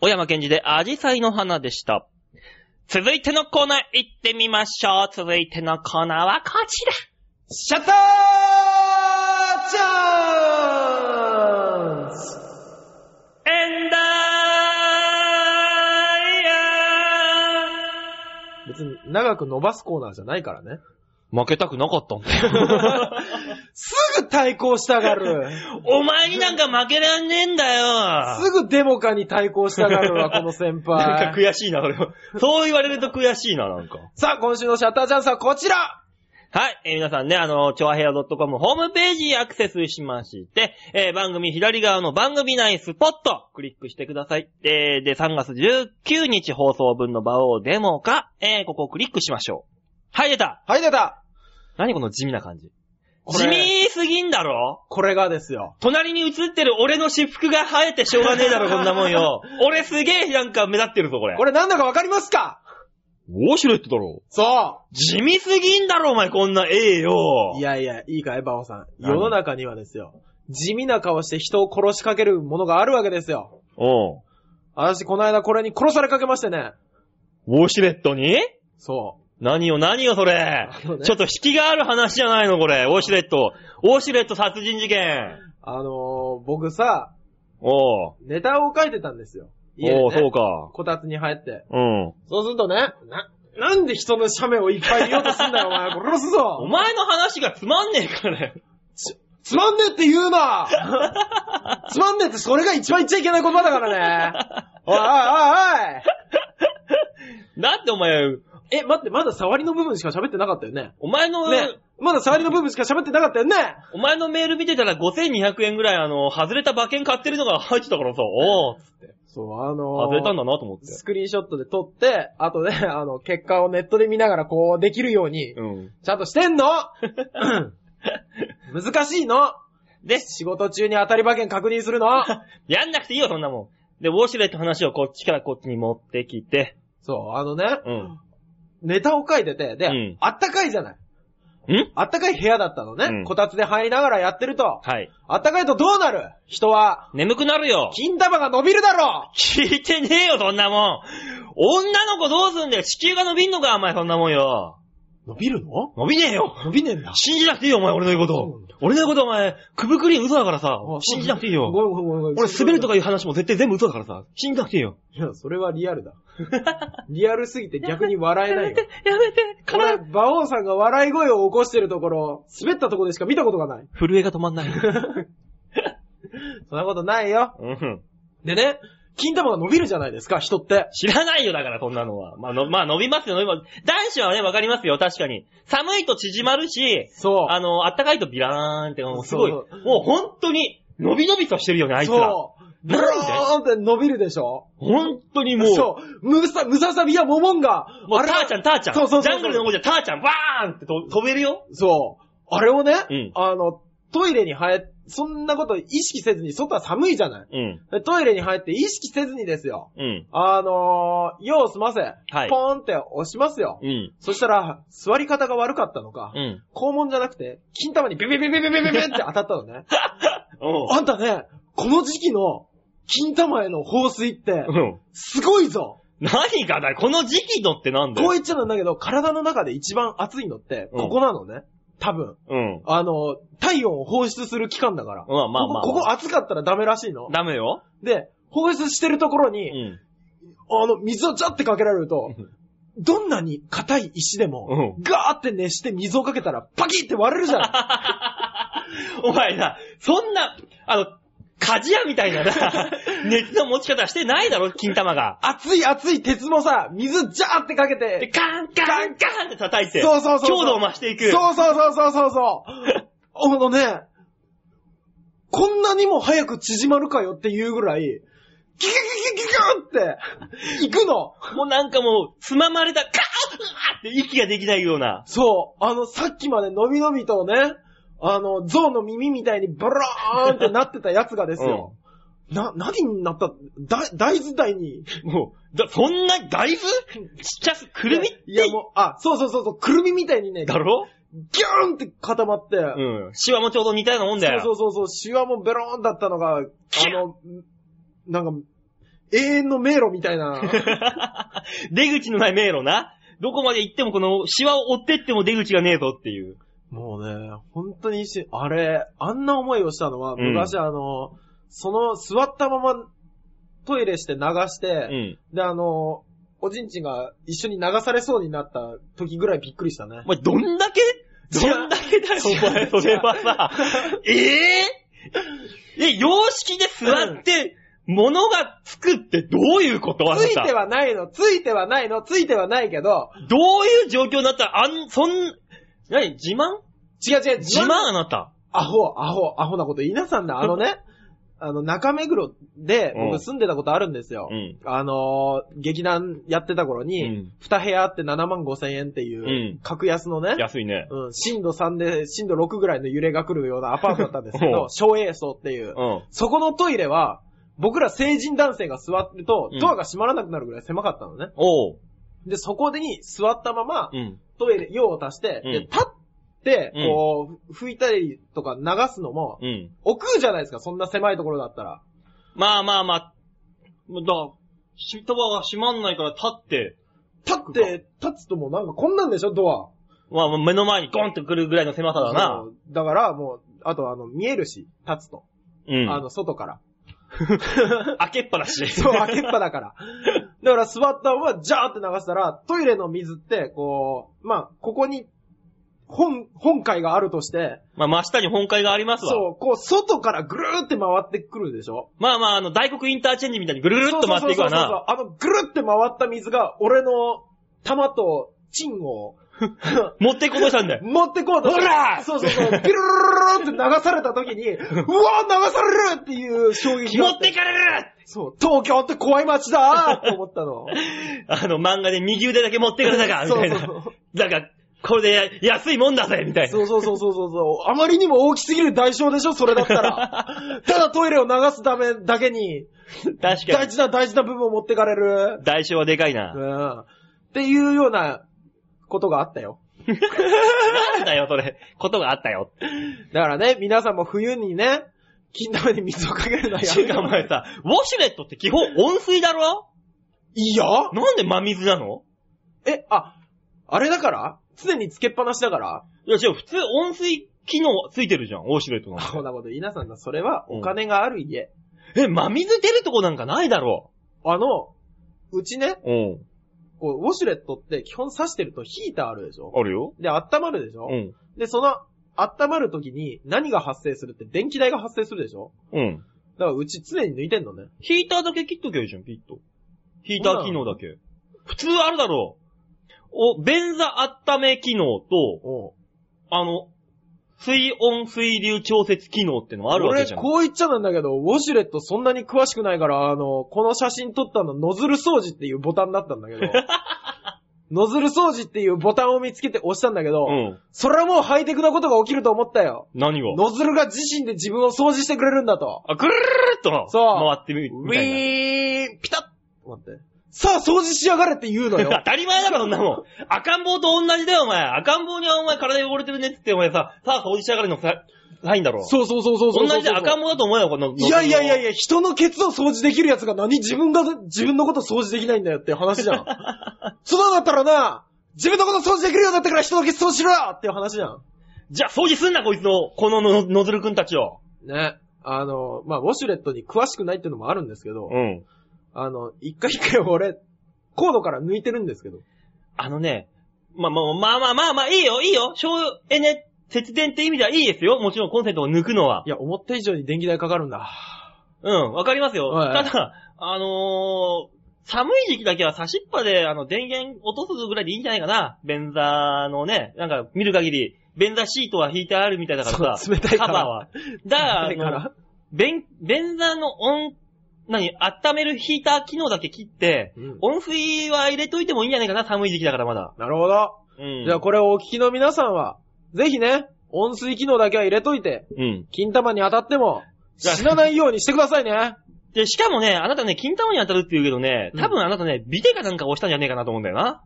小山健二でアジサイの花でした。続いてのコーナー行ってみましょう。続いてのコーナーはこちら。
シャッターチャンス
エンダーイ
別に長く伸ばすコーナーじゃないからね。
負けたくなかったんだよ。
すぐ対抗したがる。
お前になんか負けらんねえんだよ。
すぐデモカに対抗したがるわ、この先
なんか
輩。
悔しいな、俺は。そう言われると悔しいな、なんか。
さあ、今週のシャッターチャンスはこちら
はい、えー皆さんね、あの、ちょあへや .com ホームページにアクセスしまして、えー番組左側の番組内スポット、クリックしてください。えーで、3月19日放送分の場をデモか、えーここをクリックしましょう。はい、出た
はい、出た
何この地味な感じ。
こ
地
れ
味すぎんだろ
これがですよ。
隣に映ってる俺の私服が生えてしょうがねえ だろ、こんなもんよ。俺すげえなんか目立ってるぞ、これ。
これなんだかわかりますか
ウォシュレットだろ。
そ
地味すぎんだろ、お前、こんな、ええよ。
ういやいや、いいかい、バオさん。世
何
の中にはですよ、地味な顔して人を殺しかけるものがあるわけですよ。
お
私、この間これに殺されかけましてね。
うん。ウォシュレットに
そ
何よ、何よ、それ
の。ね
ちょっと引きがある話じゃないの、これ。ウォシュレット。ウォシュレット殺人事件。
う。あのー、僕さ、
おう。
ネタを書いてたんですよ。家でね
おう、そうか。
こたつに入って。
うん。
そうするとね、な、なんで人の写メをいっぱい見ようとすんだよ、お前。殺す
お
ぞ。
前の話がつまんねえ から。
つまんねえって言う なつまんねえってそれが一番言っちゃいけない言葉だからね。おいおいおいおい
だってお前、
え、待って、まだ触りの部分しか喋ってなかったよね。
お前の、
ね、まだ触りの部分しか喋ってなかったよね。
お前のメール見てたら5200円ぐらい、あの、外れた馬券買ってるのが 入ってたからさ、おう、
そう、あのー、
外れたんだなと思って。
スクリーンショットで撮って、あとね、 あの、結果をネットで見ながらこうできるように、
うん。
ちゃんとしてん の難しいの
で、
仕事中に当たり馬券確認す るの
やんなくていいよ、そんなもん。で、ウォシュレットの話をこっちからこっちに持ってきて、
そう、あのね、
うん。
ネタを書いてて、で、
うん
あったかいじゃない。
ん
あったかい部屋だったのね。
うん
こたつで入りながらやってると、
はい。
あったかいとどうなる人は、
眠くなるよ。
金玉が伸びるだろ
聞いてねえよ、そんなもん。女の子どうすんだよ。子宮が伸びんのか、お前、そんなもんよ。
う伸びるの
伸びねえよ。
伸びねえんだ。
信じなくていいよ、お前、俺の言うこと。俺の言うこと、お前、くぶくり嘘だからさ
あ。
信じなくていい
ご
よ。
めんごめんごめん。
俺、滑るとかいう話も絶対全部嘘だからさ。信じなくていいよ。
いや、それはリア ルだ。リアルすぎて逆に笑え ないよ。
やめて、
これ、馬王さんが笑い声を起こしてるところ、滑ったところでしか見たことがない。
震えが止まんない。
そんなことないよ。
うん。
でね、金玉が伸びるじゃないですか、人って。
知らないよ、だから、そんなのは。まあ、のまあ、伸びますよ、伸びます。男子はね、わかりますよ、確かに。寒いと縮まるし、
そう。
あの、暖かいとビラーンって、もうすごい。
そ
も
う
う本当に、伸び伸びとしてるよね、あいつら。
そう。ブ
なん
ロ
で
ーンって伸びるでしょ
本当にもう、
そう。むさ、むささびやモモンが、
もう
あれ
ターちゃん、ターちゃん。
そうそうそうそ
ジャ
う
ングルの王者、ターちゃん、バーンってと飛べるよ。
そう。あれをね、
うん
あの、トイレに入っ、そんなこと意識せずに、外は寒いじゃない。
うん。
でトイレに入って意識せずにですよ。
うん。
あのー、用を済ませ、
はい
ポーンって押しますよ。
うん。
そしたら、座り方が悪かったのか、
うん。
肛門じゃなくて、金玉にビビビビビビビビって当たったのね。
お
あんたね、この時期の金玉への放水って、
うん。
すごいぞ
何がだよこの時期のってなんだ
こう
よ。
言っちゃなんだけど、体の中で一番熱いのって、
うん
ここなのね。多分。
うん。
あの、体温を放出する期間だから。
まあまあまあ
ここここ熱かったらダメらしいの。
ダメよ。
で、放出してるところ
う
に、
ん。
あの、水をジャってかけられると、どんなに硬い石でも、
う
ガーって熱して水をかけたら、パキって割れる じゃない。
お前な、そんな、あの、鍛冶屋みたいな な、熱の持ち方してないだろ、金玉が。
熱い熱い鉄もさ、水ジャーってかけ
で、
て、
カンカンカンって叩いて、
そうそうそうそう
強度を増していく。
そうそうそうそうそ うそう。あのね、こんなにも早く縮まるかよっていうぐらい、ギュギュギュギュギュギュって、行くの。
もうなんかもう、つままれた、カーンって息ができないような。
そう、あの、さっきまでのびのびとね、あの、象の耳みたいにブローンってなってたやつがですよ。な、何になっただ大豆大に。
もう、だ、そんな大豆ちっちゃす、くるみって
いやもう、あ、そうそうそうそう、くるみみたいにね、ギ
だろ
ューンって固まって、
うん。シワもちょうど似たようなもんだよ。
そうそうそうそう、シワもベローンだったのが、あの、なんか、永遠の迷路みたいな。
出口のない迷路な。どこまで行ってもこの、シワを追ってっても出口がねえぞっていう。
もうね、本当にし、あれ、あんな思いをしたのは、
うん
昔あの、その座ったままトイレして流して、
うん。
で、あの、おじんちんが一緒に流されそうになった時ぐらいびっくりしたね
お。前、どんだけ
違う
どんだけだよ、お前、それはさ。えぇ、え、様式で座って、物がつくってどういうことあ
つ
ないた
てはないの、ついてはないの、ついてはないけど、
どういう状況になったら、あん、そん、なに、自慢
違う違う、
自慢あなた。
アホ、アホ、アホなこと言いなさんな、あのね、 あの、中目黒で
う
僕
ん
住んでたことあるんですよ。
うん。
あのー劇団やってた頃
う
に
ん、、
二部屋あって7万5千円っていううん格安のね、
安いね。
うん、震度3で、震度6ぐらいの揺れが来るようなアパートだったんですけ
お
ど
う、
小栄層っていう
う、ん。
そこのトイレは、僕ら成人男性が座ってると
うん、
ドアが閉まらなくなるぐらい狭かったのね。
おう。
で、そこでに座ったまま、
うん。
トイレ、用を足して、
うん
で、立って、
うん
こう、拭いたりとか流すのも、
うん。
億劫じゃないですか、そんな狭いところだったら。
まあまあまあ、もうだ、しドアが閉まんないから立って、
立って、立つともうなんかこんなんでしょ、ドア。
まあ目の前にゴンってくるぐらいの狭さだな
そ。う。だからもう、あとあの、見えるし、立つと。
うん。
あの、外から。
開けっぱだし。
そう、開けっぱだから。だから座ったまま、ジャーって流したら、トイレの水って、こう、まあ、ここに、本、本会があるとして、
まあ真下に本会がありますわ。
そう、こう、外からぐるーって回ってくるでしょ
まあまあ、あの、大黒インターチェンジみたいにぐるぐるっと回っていくわな。
そうそうそうそうあの、ぐるって回った水が、俺の玉とチンを
持っていこうとしたんだよ。
持ってこうとして
ほら
そうそうそう、ピルルルルルルって流された時に、うわ流されるっていう衝撃があ
持
っ
ってて。かれる
そう、東京って怖い街だーって思ったの。
あの、漫画で右腕だけ持ってかれたか、みたいな。
そうそう
だから、これで安いもんだぜ、みたい
そ
な。
うそうそうそうそうそう。あまりにも大きすぎる代償でしょ、それだった ら。ただトイレを流すためだけに、
確か
大
に。
事な大事な部分を持ってかれる。
代償はでかいうな。
ん。っていうようなことがあったよ。
なんだよ、それ。ことがあったよ。
だからね、皆さんも冬にね、金玉に水をかけるのは や
違
め
う、お
よう。
前さ、ウォシュレットって基本温水だろ
いいよ
なんで真水なの
え、あ、あれだから常につけっぱなしだから
いや、違う、普通温水機能ついてるじゃん、ウォシュレットなんて
こんなこと言いなさんな。それは
うん
お金がある家。
え、真水出るとこなんかないだろ
あの、うちね、
う。うん。
こう、ウォシュレットって基本刺してるとヒーターあるでしょ
あるよ。
で、温まるでしょ
うん。
で、その、温まる時に何が発生するって電気代が発生するでしょ
うん。
だからうち常に抜いてんのね。
ヒーターだけ切っときゃいいじゃん、ピッと。ヒーター機能だけ。普通あるだろう。お、便座温め機能と、
おう
あの、水温水流調節機能ってのあるわけ
俺、
じゃん。
こう言っちゃなんだけど、ウォシュレットそんなに詳しくないから、あの、この写真撮ったの、ノズル掃除っていうボタンだった んだけど、ノズル掃除っていうボタンを見つけて押したんだけど、
うん。
それはもうハイテクなことが起きると思ったよ。
何が
ノズルが自身で自分を掃除してくれるんだと。
あ、ぐるるるっと、
そう
回ってみる
ウ
みたい
ィーン、ピタッ待って。さあ、掃除しやがれって言うのよ
な。。当たり前だろ、そんなもん。赤ん坊と同じだよ、お前。赤ん坊にはお前体汚れてるねってって、お前さ、さあ掃除しやがれのさ、ないんだろ。
そうそうそうそうそうそう。
同じで赤ん坊だと思うよ、この。
いやいやいやい
や。
や、人のケツを掃除できるやつが何自分が、自分のこと掃除できないんだよって話 じゃん。そうなんだったらな、自分のこと掃除できるようになったから人のケツ掃除しろよっていう話じゃん。
じゃあ掃除すんな、こいつの、こののノズルくんたちを。
ね。あの、まあ、ウォシュレットに詳しくないっていうのもあるんですけど、
ん。
あの、一回一回俺、コードから抜いてるんですけど。。
あのね、まあまあまあまあまあまあ、いいよ、いいよ。省エネ、節電って意味ではいいですよ。もちろんコンセントを抜くのはい
や、思った以上に電気代かかるんだ。
うん、わかりますよ。
はいは
た
い
だ、あのー、寒い時期だけは差しっぱで、あの、電源落とすぐらいでいいんじゃないかな。便座のね、なんか見る限り、便座シートは引いてあるみたいだから
そ
さ、
う冷たいか
カバー
ら
は。だから、
だか
あの
ら。
便、便座の温、何、温めるヒーター機能だけ切って、
うん
温水は入れといてもいいんじゃないかな、寒い時期だからまだ。
なるほど。
うん。
じゃあこれをお聞きの皆さんは、ぜひね、温水機能だけは入れといて、
うん。
金玉に当たっても、死なないようにしてくださいね。
で、しかもね、あなたね、金玉に当たるって言うけどね、
うん
多分あなたね、ビデかなんか押したんじゃねえかなと思うんだよな。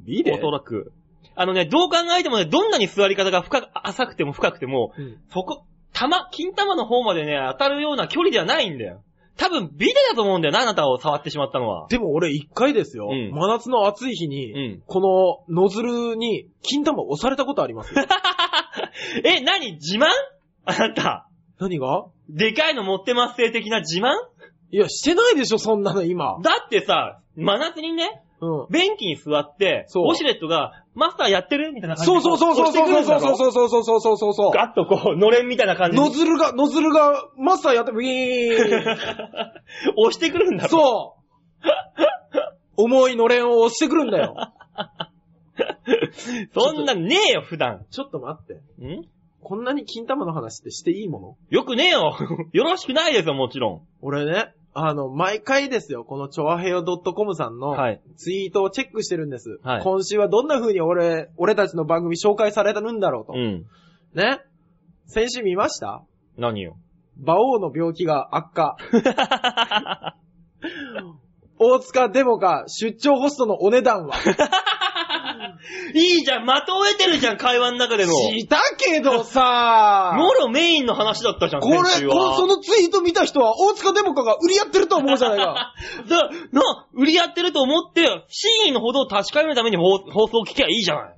ビ
おそらく。あのね、どう考えてもね、どんなに座り方が深く、浅くても深くても、そこ、玉、金玉の方までね、当たるような距離ではないんだよ。多分ビデだと思うんだよな、あなたを触ってしまったのは。
でも俺一回ですよ、
うん
真夏の暑い日
う
に、
ん。
このノズルに金玉押されたことあ りますよ。
え、何自慢あなた。
何が
でかいの持ってます性的な自慢
いや、してないでしょ、そんなの今。
だってさ、真夏にね、
うん。
便器に座って、
そう
ウォシュレットが、マスターやってるみたいな感じ
そ
で。
うそうそうそうそうそうそう
う。
そうそうそうそうそうそうそう。
ガッとこう、のれんみたいな感じで。
ノズルが、ノズルがマスターやって、ウィーン
押してくるんだろ。う。
そう重いのれんを押してくるんだ よ。
そんなのねえよ、普段。
ちょっと待って。
ん
こんなに金玉の話ってしていいもの
よくねえよ。 よろしくないですよ、もちろ
俺ね、あの、毎回ですよ、このチョアヘヨ .com さん
ん。
の
はい。
ツイートをチェックしてるんです。
はい
今週はどんな風に俺、俺たちの番組紹介されたんだろうと。
うん。
ね先週見ました
何 よ。
馬王の病気が悪化。大塚デモか出張ホストのお値段は。
いいじゃん、的を得てるじゃん、会話の中での。
したけどさ
もろメインの話だったじゃん、
これ、こ
先週は
そのツイート見た人は大塚デモかが売りやってると思うじゃないか。
だ、な、売りやってると思って、真意のほどを 確かめるために放放送を聞きゃいいじゃない。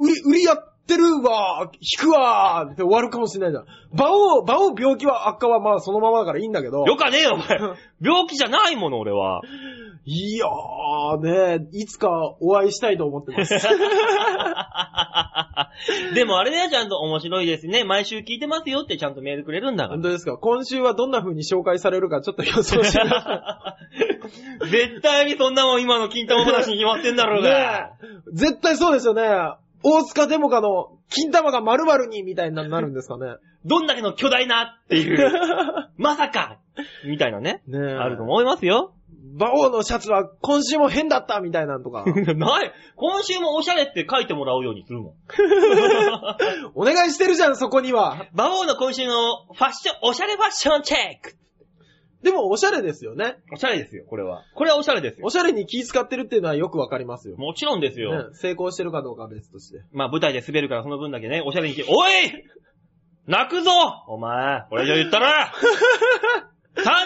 売り、売りやってるわ引くわって終わるかもしれないじゃん。馬王、馬王病気は悪化はまあそのままだからいいんだけど。
よかねえよ、お 前。病気じゃないもの、俺は。
いやーね、いつかお会いしたいと思ってます。
でもあれね、ちゃんと面白いですね。毎週聞いてますよってちゃんとメールくれるんだか
本
ら。
当ですか今週はどんな風に紹介されるかちょっと予 想してみましょう
絶対にそんなもん今の金玉話に決まってんだろうが。
ねえ絶対そうですよね。大塚デモカの金玉が〇〇にみたいになるんですかね。
どんだけの巨大なって いう。まさかみたいなね。
ねえ。
あると思いますよ。。
馬王のシャツは今週も変だったみたいなんとか
ない。今週もおしゃれって書いてもらうようにするも ん。
お願いしてるじゃん、そこには。
馬王の今週のファッション、おしゃれファッションチェック
でもおしゃれですよね。
おしゃれですよ、これは。これはおしゃれですよ。
おしゃれに気使ってるっていうのはよくわかりますよ。
もちろんですよ。
ねえ成功してるかどうかは別として。
まあ舞台で滑るからその分だけね、おしゃれにして、おい泣くぞお前、これ以上言った ら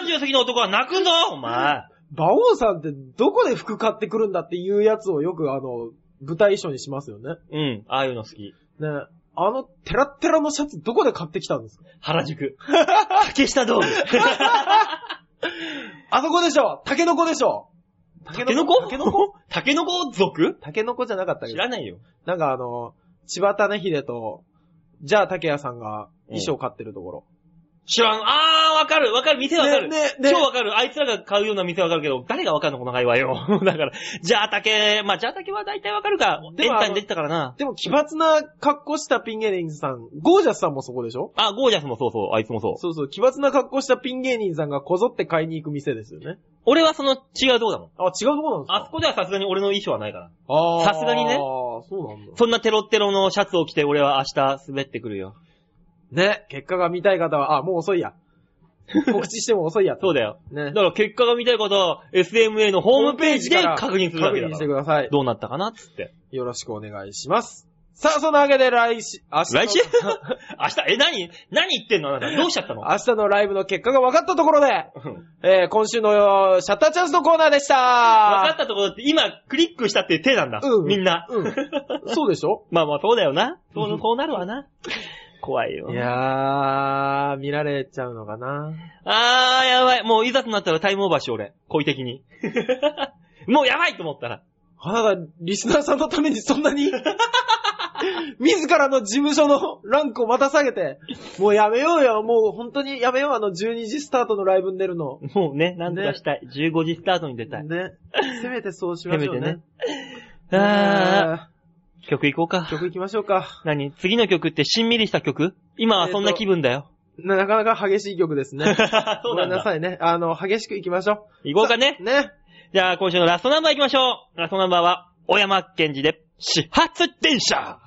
30過ぎの男は泣くぞお前
馬王さんってどこで服買ってくるんだっていうやつをよくあの、舞台衣装にしますよね。
うん、ああいうの好き。
ねえあの、テラッテラのシャツどこで買ってきたんですか
原宿。竹下通 り。
あそこでしょタケノコでしょ
タケノコ
タケ ノコ
タケノコ族
タケノコじゃなかったけ
知
ど。
らないよ。
なんかあの、千葉種秀と、じゃあ竹谷さんが衣装買ってるところ。
知らん。あー、わかる、わかる、店わかる。
ねねね
超わかる。あいつらが買うような店わかるけど、誰がわかるのこの会話よ。 だから、じゃあ竹、まあじゃあ竹は大体わかるか。エン
でもあの
タに出てたからな。
でも奇抜な格好したピン芸人さん、ゴージャスさんもそこでしょ
あ、ゴージャスもそうそう、あいつもそう。
そうそう、奇抜な格好したピン芸人さんがこぞって買いに行く店ですよね。
俺はその違うとこだもん。
あ、違うとこなんですか
あそこではさすがに俺の衣装はないから。
あー
さすがにね
ああ、そうなんだ。
そんなテロテロのシャツを着て俺は明日滑ってくるよ。
ね、結果が見たい方は、あ、もう遅い や。告知しても遅いや。
そうだよ。だ
ね
か。ら結果が見たい方は SMA のホームページで確認するだけだ
確認
か
し
ら。
てください。
どうなったかなっつって。
よろしくお願いします。さあ、そのわけで来週、明日の。
来週 明日、え、何何言ってんのあなた。どうしちゃったの
明日のライブの結果が分かったところで、
うん
えー、今週のシャッターチャンスのコーナーでした
分かったところって今クリックしたっていう手なんだ。
うん
みんな。
うん。そうでしょ
まあまあそうだよな。そううんそうなるわな。怖いよ。
いやー、見られちゃうのかな
あー、やばい。もういざとなったらタイムオーバーしよう俺。故意的に。 もうやばいと思ったら。
あなた、リスナーさんのためにそんな に自らの事務所のランクをまた下げて、もうやめようよ、もう本当にやめよう、あの12時スタートのライブに出るの。
もうね、なんとかしたい。15時スタートに出たい。
ね。せめてそうしましょうね。
あ
あ
ー、曲いこう
ー
か。
曲行きましょうか。
何次の曲ってしんみりした曲今はそんな気分だよ。
ななかなか激しい曲ですね。
そ
ご
う
め
なんん
な
だ。
さいね。あの、激しく行きましょう。
いこうかね。
ね。
じゃあ今週のラストナンバーいきましょう。ラストナンバーは、小山健二で、始発電車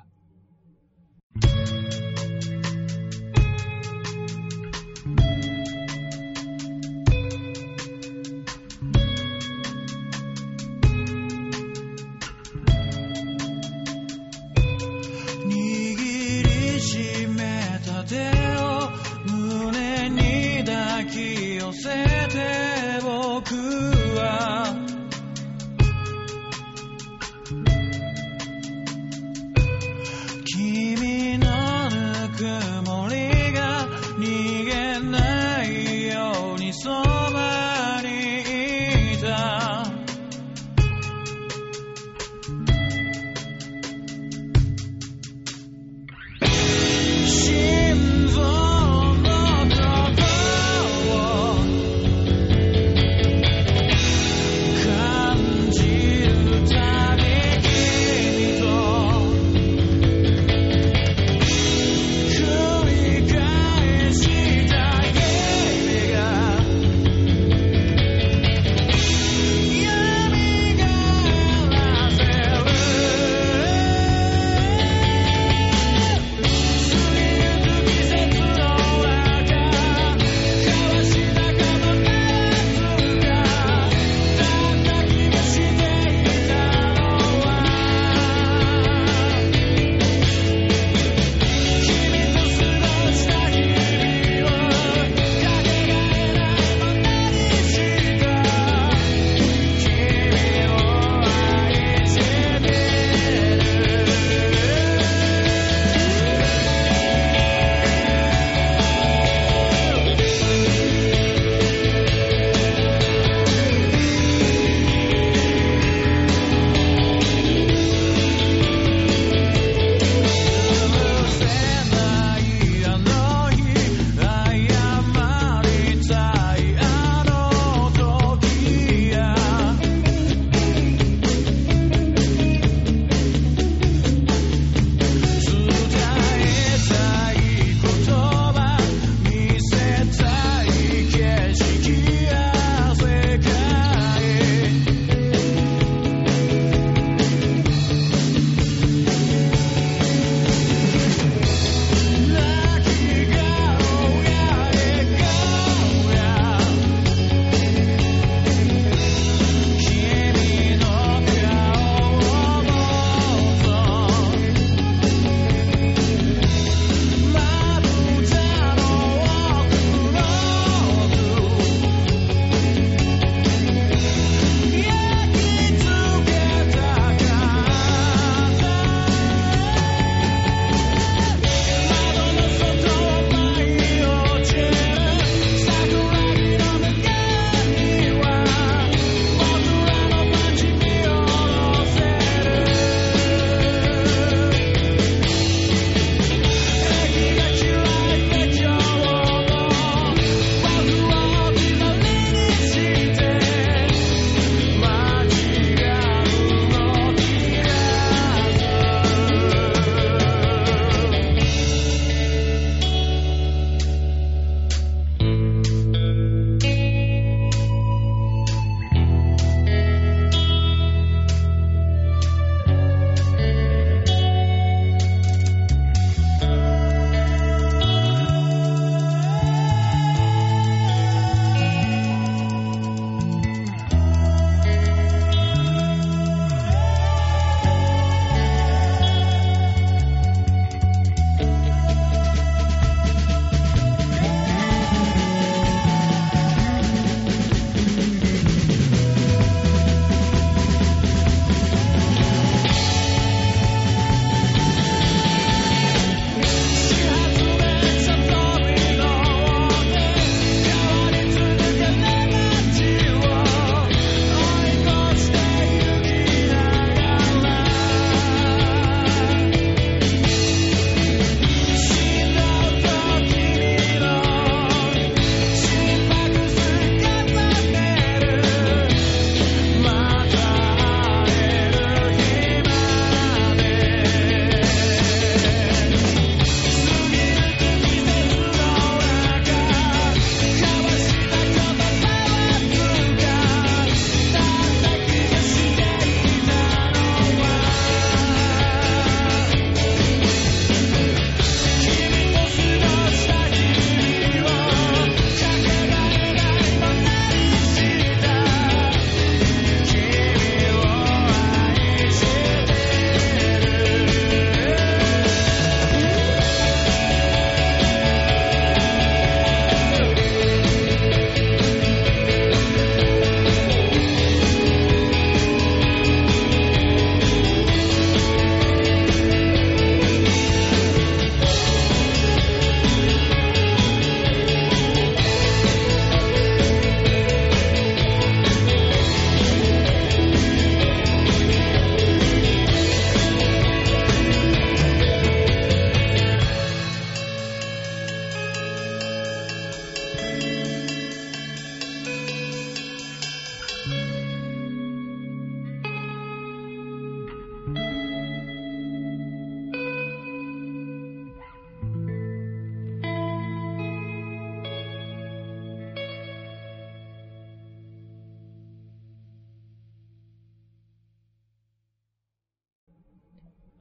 握りしめた手を胸に抱き寄せて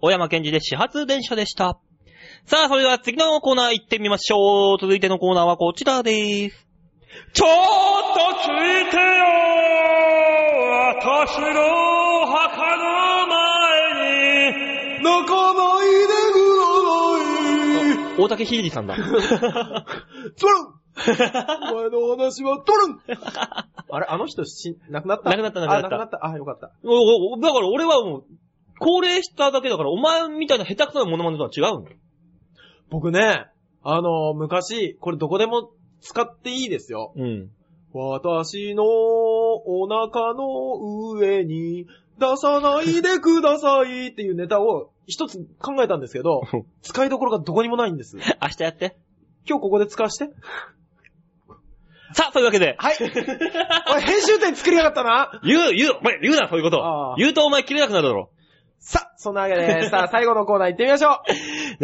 小山健二で始発電車でした。さあ、それでは次のコーナー行ってみましょう。続いてのコーナーはこちらです。ちょっとついてよ私の墓の前に
泣かないでくだ
大竹ひじさんだ。
い。トランお前の話はトラ ンあれ、あの人し、亡くなった
亡くなった亡くなった
あ、亡くなった。あ、よかった。
おおだから俺はもう、高齢しただけだから、お前みたいな下手くそなモノマネとは違うの
僕ね、あの、昔、これどこでも使っていいですよ。
うん。
私のお腹の上に出さないでくださいっていうネタを一つ考えたんですけ ど、使いどころがどこにもないんです。
明日やって。
今日ここで使わして。
さあ、そういうわけで。
はい。 おい、編集点作りやがったな。
言う、言う、お前言うな、そういうこと
あ。あ
言うとお前切れなくなるだろ。
さあ、そんなわけで、 さあ、最後のコーナー行ってみましょ う。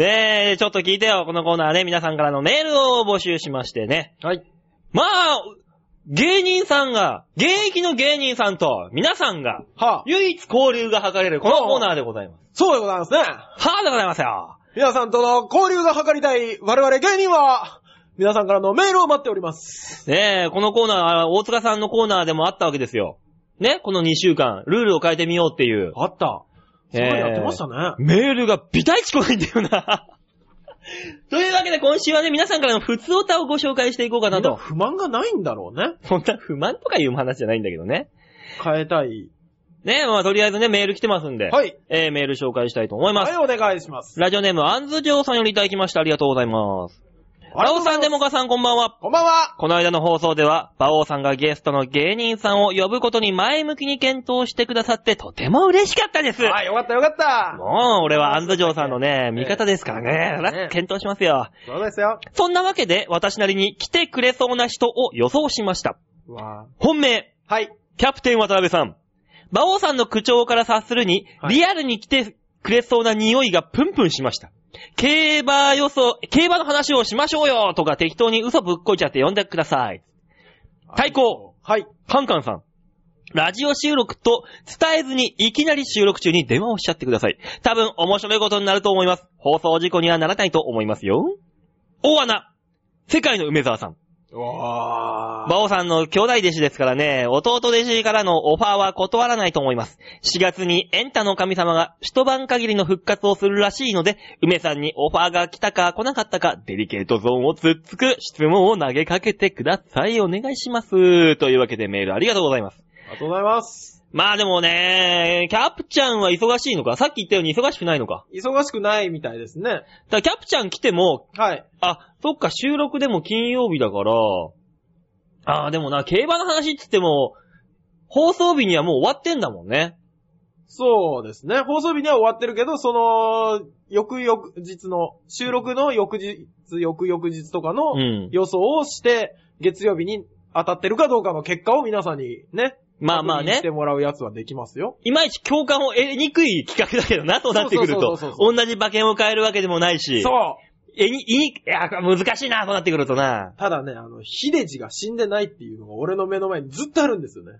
ねえ、ちょっと聞いてよ。このコーナーね、皆さんからのメールを募集しましてね。
はい。
まあ、芸人さんが、現役の芸人さんと、皆さんが、
はあ、
唯一交流が図れる、このコーナーでございます。
そうでございますね。
はぁでございますよ。
皆さんとの交流が図りたい我々芸人は、皆さんからのメールを待っております。
ねえ、このコーナー、大塚さんのコーナーでもあったわけですよ。ね、この2週間、ルールを変えてみようっていう。
あった。すごいやってましたね。
メールがビタイチ来ないんだよな。 というわけで今週はね、皆さんからの普通歌をご紹介していこうかな
みんな
と。
不満がないんだろうね。
そんな不満とかいう話じゃないんだけどね。
変えたい。
ねまあとりあえずね、メール来てますんで。
はい。
えー、メール紹介したいと思います。
はい、お願いします。
ラジオネーム、アンズジョーさんよりいただきました。ありがとうございます。ラオさん、デモカさん、こんばんは。
こんばんは。
この間の放送では、馬王さんがゲストの芸人さんを呼ぶことに前向きに検討してくださって、とても嬉しかったです。
あ、よかったよかった。
もう、俺はアンズジョーさんのね、味方ですからね。そりゃ検討しますよ。
そうですよ。
そんなわけで、私なりに来てくれそうな人を予想しました。
うわ
本命、
はい。
キャプテン渡辺さん。馬王さんの口調から察するに、
はい
リアルに来てくれそうな匂いがプンプンしました。競馬予想、競馬の話をしましょうよとか適当に嘘ぶっこいちゃって呼んでください。対抗。
はい。
カンカンさん。ラジオ収録と伝えずにいきなり収録中に電話をしちゃってください。多分面白いことになると思います。放送事故にはならないと思いますよ。大穴。世界の梅沢さん。
うわ
馬王さんの兄弟弟子ですからね、弟弟子からのオファーは断らないと思います。4月にエンタの神様が一晩限りの復活をするらしいので、梅さんにオファーが来たか来なかったか、デリケートゾーンを突っつく質問を投げかけてください。お願いします。というわけでメールありがとうございます。
ありがとうございます。
まあでもね、キャプちゃんは忙しいのかさっき言ったように忙しくないのか
忙しくないみたいですね。
だからキャプちゃん来ても、
はい。
あ、そっか収録でも金曜日だから、あーでもな、競馬の話って言っても、放送日にはもう終わってんだもんね。
そうですね。放送日には終わってるけど、その、翌々日の、収録の翌日、翌々日とかの
うん
予想をして、月曜日に当たってるかどうかの結果を皆さんにね、
まあまあ
確認し
ね
て。もらうやつはできますよ。
いまいち共感を得にくい企画だけどな、そうなってくる
そう
と
そうそう。そ
同じ馬券を変えるわけでもないし。
そう
えに、いに、いや、難しいな、そうなってくるとな。
ただね、あの、ヒデジが死んでないっていうのが俺の目の前にずっとあるんですよね。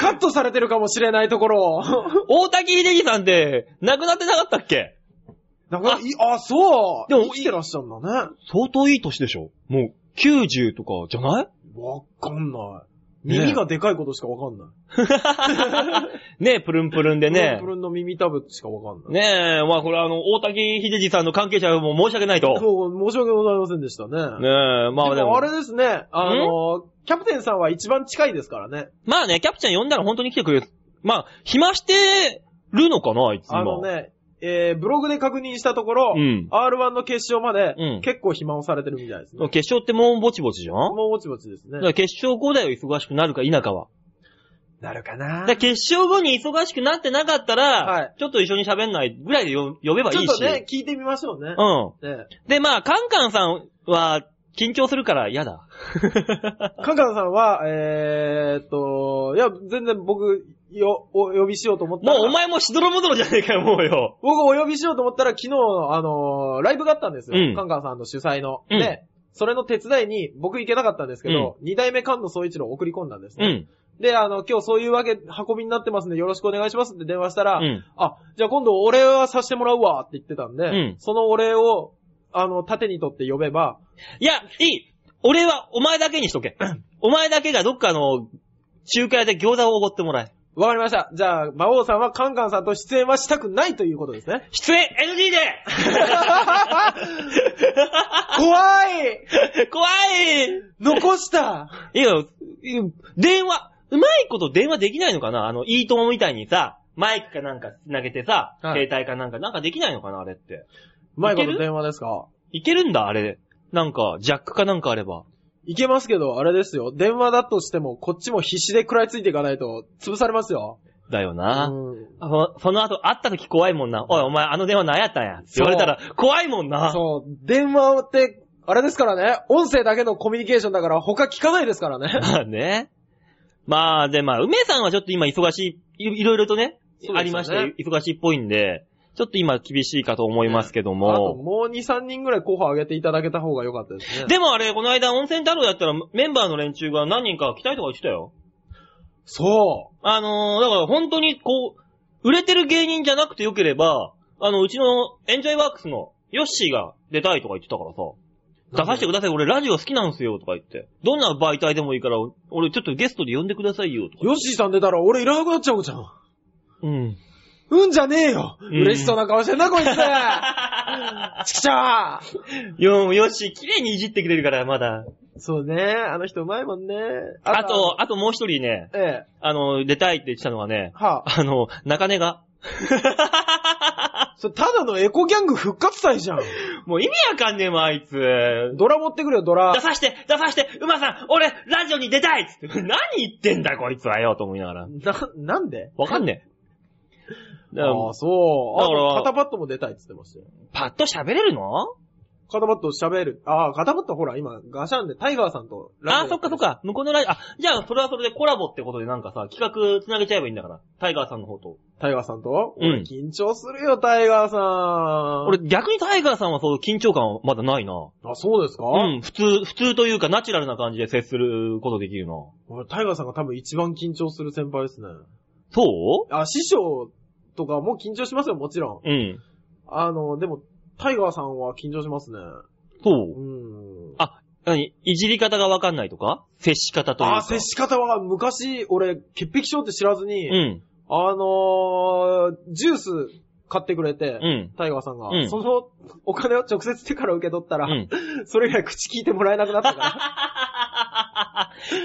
カットされてるかもしれないところ を。
大滝秀樹さんって、亡くなってなかったっけ
だから、いあ、そう
でも
生きてらっしゃるんだね。
相当いい年でしょもう、90とかじゃない
わかんない。
ねえ
耳がでかいことしかわかんない。
ねえ、プルンプルンでね
プルンプ。ルンの耳たぶしかわかんない。
ねえ、まあこれあの、大滝秀治さんの関係者も申し訳ないと。ね
そう、申し訳ございませんでしたね。
え、まあ
で
で
も
も
あ。れですね、あの、キャプテンさんは一番近いですからね。
まあね、キャプちゃん呼んだら本当に来てくれる。まあ、暇してるのかな、あいつ今。
あのね、えー、ブログで確認したところ、
うん
R1 の決勝まで、
うん
結構暇をされてるみたいですね。
決勝ってもうぼちぼちじゃん
もうぼちぼちですね
だか。ら決勝後だよ、忙しくなるか否かは。
なるか
だ
な
から決勝後に忙しくなってなかったら、
はい
ちょっと一緒に喋んないぐらいで呼呼べばいい
ちょ
し。
っとね、聞いてみましょうね。
うん。
ね
で、まあ、カンカンさんは、緊張するから嫌 だ。
カンカンさんは、えーっと、いや、全然僕、よ、お呼びしようと思った
も
ら。
うお前もしどろもどろじゃねえかよ、もうよ。
僕お呼びしようと思ったら、昨日の、あのーライブがあったんですよ。
うん
カンカンさんの主催の。
うん
で、それの手伝いに僕行けなかったんですけど、二、代目菅野総一郎を送り込んだんです
う
ね。
ん。
で、あの、今日そういうわけ、運びになってますんでよろしくお願いしますって電話した
う
ら、
ん。
あ、じゃあ今度お礼はさせてもらうわって言ってたんで、
うん
そのお礼を、あの、盾にとって呼べば、
いや、いい俺はお前だけにし とけ。お前だけがどっかの中華屋で餃子をおごってもらえ。。
わかりました。じゃあ、馬王さんはカンカンさんと出演はしたくないということですね
出演 NG で
怖い
怖い
残した
いや、いや電話、うまいこと電話できないのかなあの、いいともみたいにさ、マイクかなんか投げてさ、
はい
携帯かなんか、なんかできないのかなあれって。
うまいこ
いける
と電話ですか
いけるんだ、あれ。なんか、ジャックかなんかあれば。
いけますけど、あれですよ。電話だとしても、こっちも必死で食らいついていかないと、潰されますよ。
だよな。
うん
あのその後、会った時怖いもんな。おい、お前、あの電話何やったんや。って言われたら、怖いもんな。
そう、電話って、あれですからね、音声だけのコミュニケーションだから、他聞かないですからね。
まあ ね。まあ、で、まあ、梅さんはちょっと今忙しい、いいろいろとね、
そうですよね
ありまして、忙しいっぽいんで、ちょっと今厳しいかと思いますけど
あと、
も。
もう2、3人ぐらい候補上げていただけた方が良かったですね。
でもあれ、この間温泉太郎やったらメンバーの連中が何人か来たいとか言ってたよ。
そ
あのー、だから本当にこう、売れてる芸人じゃなくてよければ、あの、うちのエンジョイワークスのヨッシーが出たいとか言ってたからさ。出させてください、俺ラジオ好きなんすよとか言って。どんな媒体でもいいから、俺ちょっとゲストで呼んでくださいよと
う。
か。
ヨッシーさん出たら俺いらなくなっちゃうじゃん。
うん。
うんじゃねえよ、
ん
嬉しそうな顔して んな、こいつちくちゃー
よ、よし、綺麗にいじってくれるから、まだ。
そうね、あの人うまいもんね。
あ、と、あともう一人ね、
ええ、
あの、出たいって言ってたのはね、
は
あの、中根が。
あ、それただのエコギャング復活祭じゃん。
もう意味わかんねえもん、あいつ。
ドラ持ってくれよ、ドラ
出。さして出さして馬さん俺、ラジオに出たいっつって、何言ってんだ、こいつはよ、と思いながら。
な、なんで
わかんねえ。だから
ああ、そう。あ
だから
と肩パッドも出たいって言ってましたよ。
パッと喋れるの
肩パッド喋る。ああ、肩パッドほら、今、ガシャンでタイガーさんと
あ
ラ
ー、
ジオ
そっかそっか。向こうのラジオ、あ、じゃあ、それはそれでコラボってことでなんかさ、企画繋げちゃえばいいんだから。タイガーさんの方と。
タイガーさんと、
うん
俺緊張するよ、タイガーさん。
俺、、逆にタイガーさんはそういう緊張感はまだないな。
あ、そうですか、
うん、普通、普通というかナチュラルな感じで接することできるな。
俺、タイガーさんが多分一番緊張する先輩ですね。
そ
あ、師匠とかも緊張しますよ、もちろん。
ううん。
あの、でも、タイガーさんは緊張しますね。
そう
う。ん。
あ何いじり方がわかんないとか接し方というか。
あ、接し方は昔、俺、潔癖症って知らずに、
うん。
あのー、ジュース買ってくれて、
うん。
タイガーさんが、
うん
そのお金を直接手から受け取った
う
ら、
ん。
それ以外口聞いてもらえなくなっ たか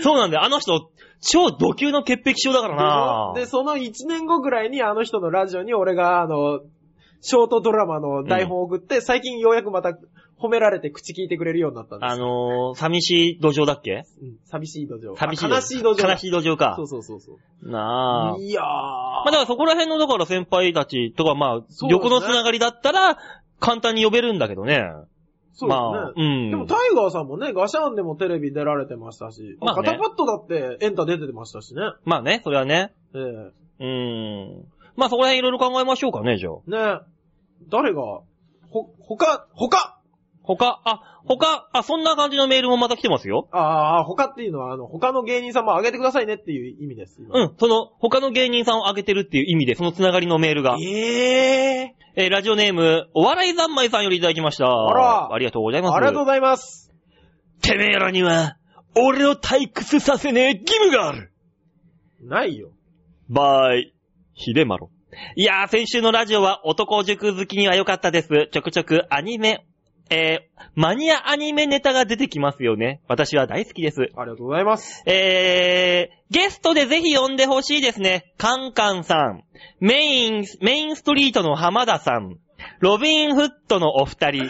そうなんだよ。あの人、超土級の潔癖症だからな
ら。で、その1年後ぐらいにあの人のラジオに俺が、あの、ショートドラマの台本を送って、最近ようやくまた褒められて口聞いてくれるようになったんです。
あのー、寂しい土壌だっけ
うん寂しい土壌。
寂しい
あ
土壌
悲しい土壌。
悲しい土壌か
そう。そうそうそう。
なあ。
いやー。
まあだからそこら辺の、だから先輩たちとか、まあ、
すね
横のつながりだったら、簡単に呼べるんだけどね。
そうで
ます
ね。
あ、うん。
でもタイガーさんもね、ガシャンでもテレビ出られてましたし、
まあね
カタパッドだってエンタ出てましたしね。
まあね、それはね。
ええ
うーん。まあそこら辺いろいろ考えましょうかね、じゃあ。
ね誰が、ほ、他、他
他、あ、他、あ、そんな感じのメールもまた来てますよ。
ああ、他っていうのは、あの、他の芸人さんも上げてくださいねっていう意味です。今
うん、その、他の芸人さんを挙げてるっていう意味で、そのつながりのメールが。
ええ
えーラジオネーム、お笑い三昧さんよりいただきました。あ
ら
ありがとうございます。
ありがとうございます。
てめえらには、俺を退屈させねえ義務がある
ないよ。
バイ、ひでまろ。いやー、先週のラジオは男塾好きには良かったです。ちょくちょくアニメ、えー、マニアアニメネタが出てきますよね。私は大好きです。
ありがとうございます。
えー、ゲストでぜひ呼んでほしいですね。カンカンさん、メイン、メインストリートの浜田さん、ロビンフットのお二人。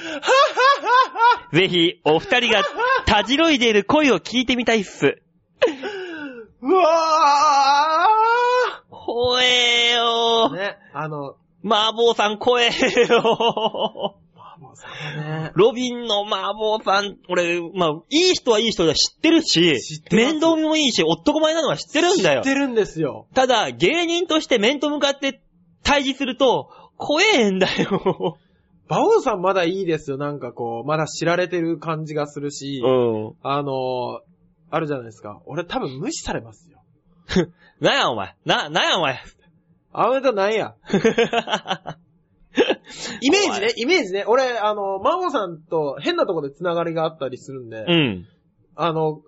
ぜひ、お二人がたじろいでいる声を聞いてみたいっす。
うわ
ほえーよ
ー
ー。
ね、あの、
麻婆さん声よー。
あもうさ、ね、
ロビンの麻婆さん、俺、まあ、いい人はいい人だ、知ってるし、
知ってます
面倒見もいいし、男前なのは知ってるんだ
知
よ
っ。てるんですよ。
ただ、芸人として面と向かって対峙すると、怖えんだよ。
バオさんまだいいですよ。なんかこう、まだ知られてる感じがするし、
うん。
あのー、あるじゃないですか。俺多分無視されますよ。
なんやお前。な、なんやお前。
あのネタなんや。イメージね、イメージね。俺、あの、マオさんと変なとこで繋がりがあったりするんで、
うん。
あの、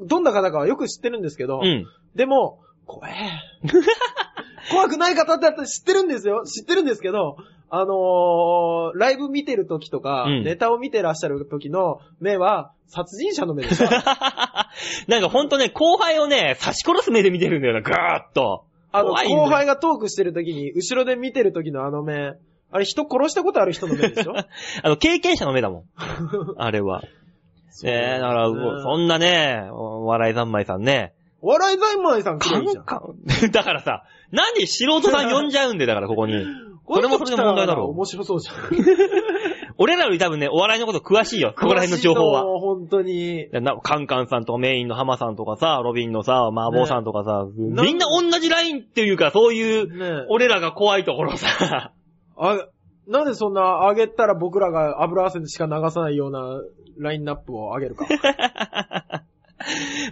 どんな方かはよく知ってるんですけど、
うん。
でも、怖え。怖くない方だって知ってるんですよ。知ってるんですけど、あのー、ライブ見てる時とか、
うん
ネタを見てらっしゃる時の目は、殺人者の目でしょ
なんかほんとね、後輩をね、刺し殺す目で見てるんだよな、ぐーっと。
あの、
怖いんだよ
後輩がトークしてる時に、後ろで見てる時のあの目、あれ人殺したことある人の目でしょ
あの、経験者の目だもん。あれは。 えー、だから、そんなね、お笑い三昧さんね。
お笑い財前さん来
カ
るじゃ
ン
ん。
カン。 だからさ、何素人さん呼んじゃうんで、だからここに。
こ
それ
の
もそれで
人来た
問題だ
ら
ろ
面白そうじゃん。
俺らより多分ね、お笑いのこと詳しいよ、ここら辺の情報 は。
もう本当に。
なカンカンさんとメインのハマさんとかさ、ロビンのさ、マーボーさんとかさ、
ね
みんな同じラインっていうか、そういう、
ね
俺らが怖いところさ。
あ、なんでそんな上げたら僕らが油汗しか流さないようなラインナップを上げ るか。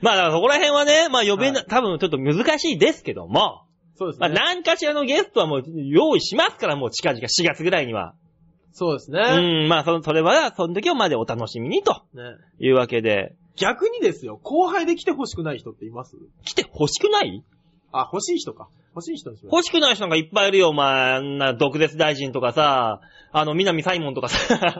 まあ、だからそこら辺はね、まあ呼べな、
は
多分ちょっと難しいですけども、
そうです
まあ
ね。
何かしらのゲストはもう用意しますから、もう近々4月ぐらいには。
そうです
う
ね。
ん、まあその、それは、その時をまでお楽しみにと
ね
いうわけで、
逆にですよ、後輩で来て欲しくない人っています
来て欲しくない
あ、欲しい人か。欲しい人にしましょ
欲しくない人なんかいっぱいいるよ、お前。あんな、毒舌大臣とかさ、あの、南サイモンとか
う。あ
さ、
ら